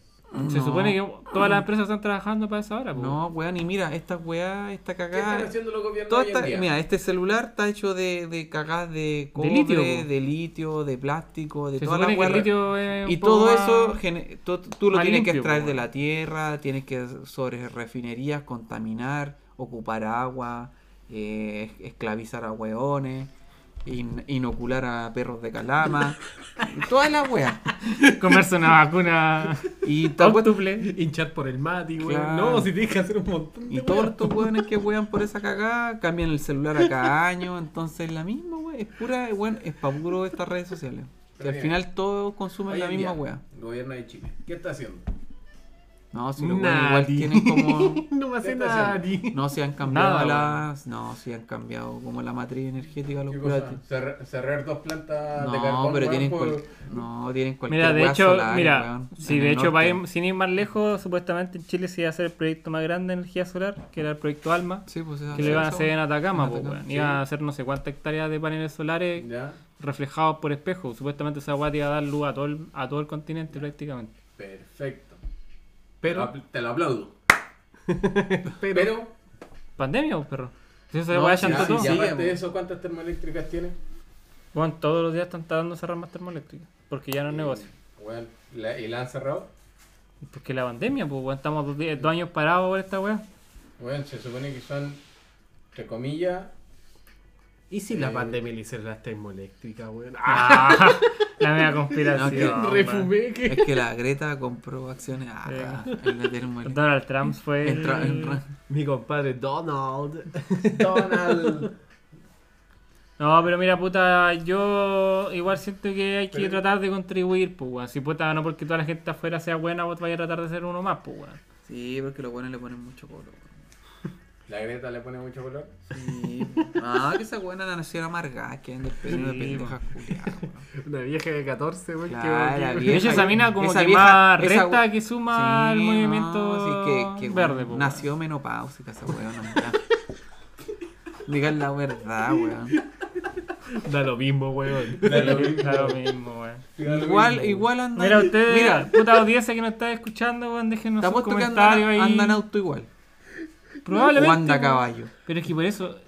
Se
No.
supone que todas las empresas están trabajando para esa hora. pues,
No, weón, y mira, esta weá, esta
¿Qué
Ah,
están
cagada.
haciendo los gobiernos
Todo
hoy en
esta-
día?
mira, este celular está hecho de, de cagadas de cobre, de
litio,
litio,
po.
de, plástico, de
Se
toda
supone
la
que el
weá.
litio es un
Y
poco
todo
más-
eso, gene- to- tú lo
más
tienes que
limpio,
extraer
po,
de
weón.
la tierra, tienes que sobre refinerías, contaminar, ocupar agua, eh, esclavizar a hueones, in- inocular a perros de calama, toda la wea.
comerse una vacuna
Y te apuesto-
octuple.
Hinchar por el mati, güey.
Claro.
No, si tienes que hacer un montón de
Y todos
weas.
estos weones que wean por esa cagada cambian el celular a cada año. Entonces, la misma wea es pura, weón, es pa' puro estas redes sociales. Que al
Pero mira,
final todos consumen
Hoy
la
en
misma
día,
wea.
Gobierno de Chile. ¿Qué está haciendo?
No, si los weones igual tienen como.
no me hace
¿Qué está
nadie.
No, si han cambiado
Nada,
las. No, si han cambiado como la matriz energética, los
¿Qué
curates.
cosa? Cerrar, cerrar dos plantas de
No,
carbón.
pero
weón, pues.
tienen,
por-
cual- no, tienen cualquier
Mira, de
weá
hecho,
solar,
mira,
weón,
si
en
de
el
hecho va
norte.
ir- sin ir más lejos, supuestamente en Chile se iba a hacer el proyecto más grande de energía solar, que era el proyecto ALMA,
Sí, pues,
que lo iban a hacer en Atacama,
En
pues,
Atacama,
weón.
sí.
Iban a hacer no sé cuántas hectáreas de paneles solares
Ya,
reflejados por espejo. Supuestamente esa weá te iba a dar luz a todo el, a todo el continente prácticamente.
perfecto.
Pero,
Apl- te lo aplaudo.
pero,
Pero,
¿Pandemia o perro? Si esa
No,
weá
sí,
ya,
llanta todo.
y
sí.
aparte
Sigue,
de
weón.
eso, ¿cuántas termoeléctricas tiene?
Bueno, todos los días están tratando de cerrar más termoeléctricas, porque ya no es negocio.
Bueno, la- ¿y la han cerrado?
Porque la pandemia, pues weón, estamos dos, días- dos años parados por esta weá.
Bueno, se supone que son, entre comillas,
¿y si la
Eh.
pandemia le hicieron las termoeléctricas, weón?
Ah, la mega conspiración.
No,
weón.
Refumé que.
Es que la Greta compró acciones. Ah, el de termo. el-
Donald Trump fue.
el tra- el
el-
tra-
Mi compadre Donald.
Donald.
No, pero mira, puta, yo igual siento que hay que
Pero-
tratar de contribuir, pues, weón. Si puta, no porque toda la gente afuera sea buena, vos vayas a tratar de ser uno más, pues, weón.
Sí, porque los buenos le ponen mucho color.
La Greta le pone mucho color.
Sí. Ah, que esa buena la nació amargada, que anda el pelo de
Sí,
pendejas culiadas.
Una vieja de 14, weón. que-
Claro,
que-
la
De
vieja.
hecho, esa mina como
esa
que
vieja-
más
esa
recta
we-
que suma al movimiento verde, pues.
Nació menopáusica esa weona. ya. Digan la verdad, weón.
Da lo mismo, weón.
Da lo
weón.
mismo.
Da lo mismo, weón.
Da lo
Igual,
mismo.
igual andan.
Mira, ustedes,
Mira,
puta audiencia que nos está escuchando, weón, déjenos
te
un
apuesto que
comentario
andan,
ahí.
andan auto igual.
Probablemente. pues,
O anda a
weón.
caballo.
Pero es que por eso.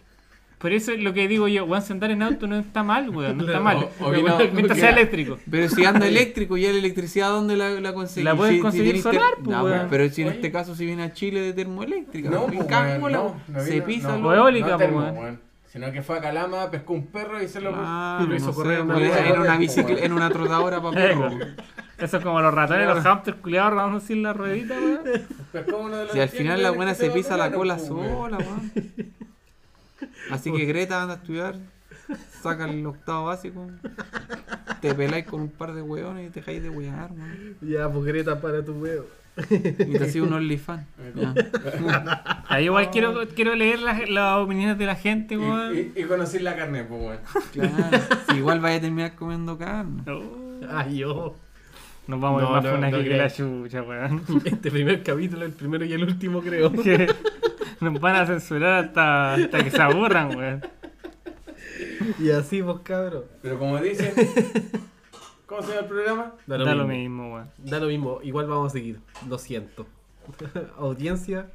Por eso es lo que digo yo, weón, sentar en auto no está mal, weón, no está mal.
O- o vino-
Mientras sea eléctrico.
Pero si anda eléctrico, ya la electricidad, ¿dónde la, la conseguís?
La puedes
Si- si
conseguir
tenés
solar,
ter-
pues,
No,
weón.
Pero si en
Oye.
este caso, si viene a Chile de termoeléctrica,
No,
weón,
pues,
cago,
weón,
la-
no, no
se
vino-
pisa,
no,
O eólica,
no
pues,
termo,
weón.
weón. Sino que fue a Calama, pescó un perro y se lo.
Ah,
Lo hizo
no sé,
correr en una
weón,
bici-
en una
correr,
bicicleta,
weón.
en una trotadora para
Eh,
perro.
weón. Eso es como los ratones, los hamsters culiados rodando sin la ruedita, weón.
pescó uno de los
Si al final la
tiendas
buena
que
se
te
pisa la
vacunaron,
cola
pues, weón.
sola, weón. Así que Greta anda a estudiar, saca el octavo básico, te peláis con un par de weones y te dejáis de wear, weón.
Ya, pues Greta, para tu weón.
Y te hacía un OnlyFans. Ya.
Ahí igual quiero, quiero leer las, las opiniones de la gente,
Y,
weón.
y- y conocí la carne, pues, weón.
Claro, si igual vaya a terminar comiendo carne.
Oh,
Ay, yo.
nos vamos a
No,
ir más
no,
por una
no
que
creo.
la chucha, weón.
Este primer capítulo, el primero y el último, creo.
Que nos van a censurar hasta, hasta que se aburran, weón.
Y así, vos, cabrón.
Pero como dicen, ¿cómo se llama el programa?
Da
da lo mismo, weón.
Da lo mismo, igual vamos a seguir. Lo siento. Audiencia,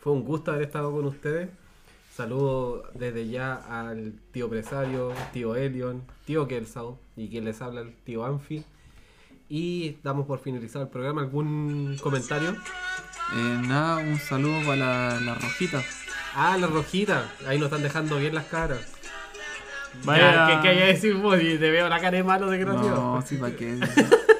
fue un gusto haber estado con ustedes. Saludo desde ya al tío Presario, tío Elion, tío Kelsau y quien les habla el tío Anfi. Y damos por finalizado el programa. ¿Algún comentario?
Eh, nada, un saludo para la, la rojita.
Ah, la rojita. Ahí nos están dejando bien las caras.
Vaya-
Ya, ¿qué- qué hay a decir vos? Y te veo la cara de malo, desgraciado.
No, sí, para qué.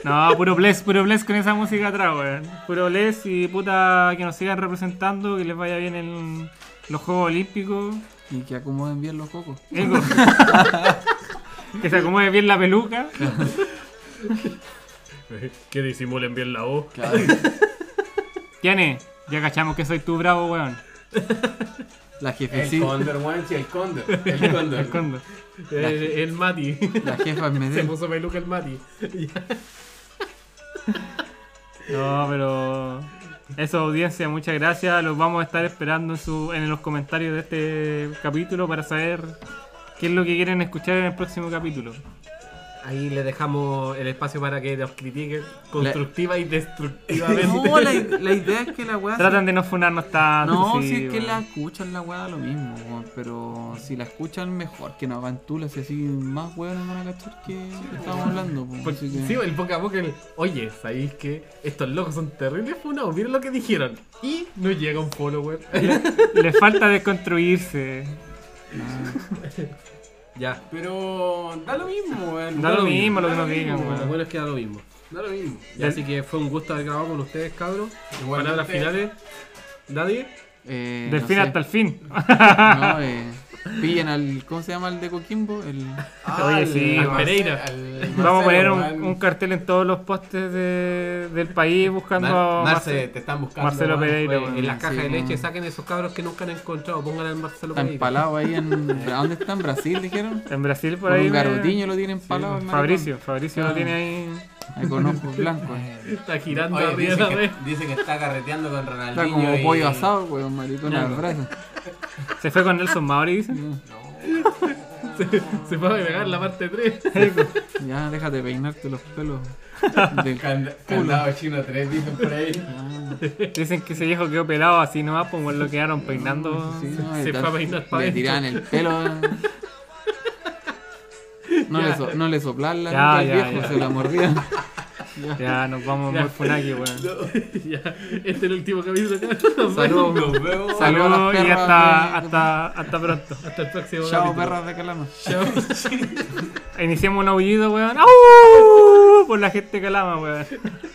No, puro bless, puro bless con esa música atrás, weón. Puro bless y puta que nos sigan representando, que les vaya bien en los Juegos Olímpicos.
Y que acomoden bien los cocos.
Eso. que se acomode bien la peluca.
Que disimulen bien la voz.
Claro.
¿Quién es? Ya cachamos que soy tú, bravo, weón.
La
El
jefecita,
cóndor, weón, sí, el cóndor. El cóndor.
El condo.
El, el Mati.
la jefa me
Se
dé.
puso peluca el Mati.
No, pero. Eso, audiencia, muchas gracias. Los vamos a estar esperando en, su, en los comentarios de este capítulo para saber qué es lo que quieren escuchar en el próximo capítulo.
Ahí le dejamos el espacio para que nos critiquen constructiva y destructivamente.
No, la, la idea es que la weá. se-
Tratan de no funarnos tanto.
Ah, No,
sí,
si es que
weón.
la escuchan, la weá da lo mismo, weón, pero si la escuchan mejor que no Tula, si así más weones van a cachar que estamos hablando. po,
Pues,
así que-
Sí, el boca a boca, el, oye, ¿sabéis que estos locos son terribles funados? Miren lo que dijeron. Y no llega un follower.
Les falta desconstruirse.
ya.
Pero da lo mismo, weón.
Da lo mismo lo que
da
nos digan,
mismo,
Lo
weón.
bueno es que da lo mismo.
Da lo mismo.
Y así que fue un gusto haber grabado con ustedes, cabros.
Igualmente.
Palabras finales. Nadie.
Eh,
Del
no
fin
sé.
hasta el fin.
No, eh, Pillan al. ¿Cómo se llama el de Coquimbo? El.
Oye, sí,
Al
vamos.
Pereira.
Vamos a poner un,
Marcelo,
un cartel en todos los postes de- del país buscando a
Marce,
Marce-
te están buscando.
Marcelo
weón.
Pereira,
Oye,
weón,
En las cajas
sí,
de
weón.
leche saquen esos cabros que nunca han encontrado. Pongan al Marcelo
Está
Pereira.
empalado ahí en. ¿A dónde está? ¿En Brasil, dijeron?
en Brasil por
Por
ahí.
un
mira.
garrotiño lo tienen empalado. el maricón.
Fabricio, Fabricio
Ah.
lo tiene ahí.
Ahí con ojos blancos.
Está girando
Oye,
a
dicen,
mierda,
que,
weón.
dicen que está carreteando con Ronaldinho.
Está como
y-
pollo asado, weón, maricón
Ya, pues.
al
no.
brazo.
Se fue con Nelson Mauri, dice.
Se va a agregar la parte 3.
pues.
Ya, déjate de peinarte los pelos. del
Cand- Candado chino 3, dicen por ahí.
Ah,
Dicen que ese viejo quedó pelado así nomás, pues lo quedaron peinando.
sí, no,
Se
y tal-
fue a peinar pa'
Le
dentro.
tiraban el pelo. No le, so- no le soplaban la
Ya,
nuca al
ya,
viejo,
ya.
se la mordían.
Ya nos vamos
Ya.
muy funaki, weón.
ya. Este es el último capítulo, cabros.
Saludos.
Nos vemos.
Saludos a las
Saludos y
perras
hasta,
de-
hasta, hasta pronto.
Hasta el próximo
Chao,
capítulo.
perras de Calama.
Iniciamos un aullido, weón. ¡Au! Por la gente calama, weón.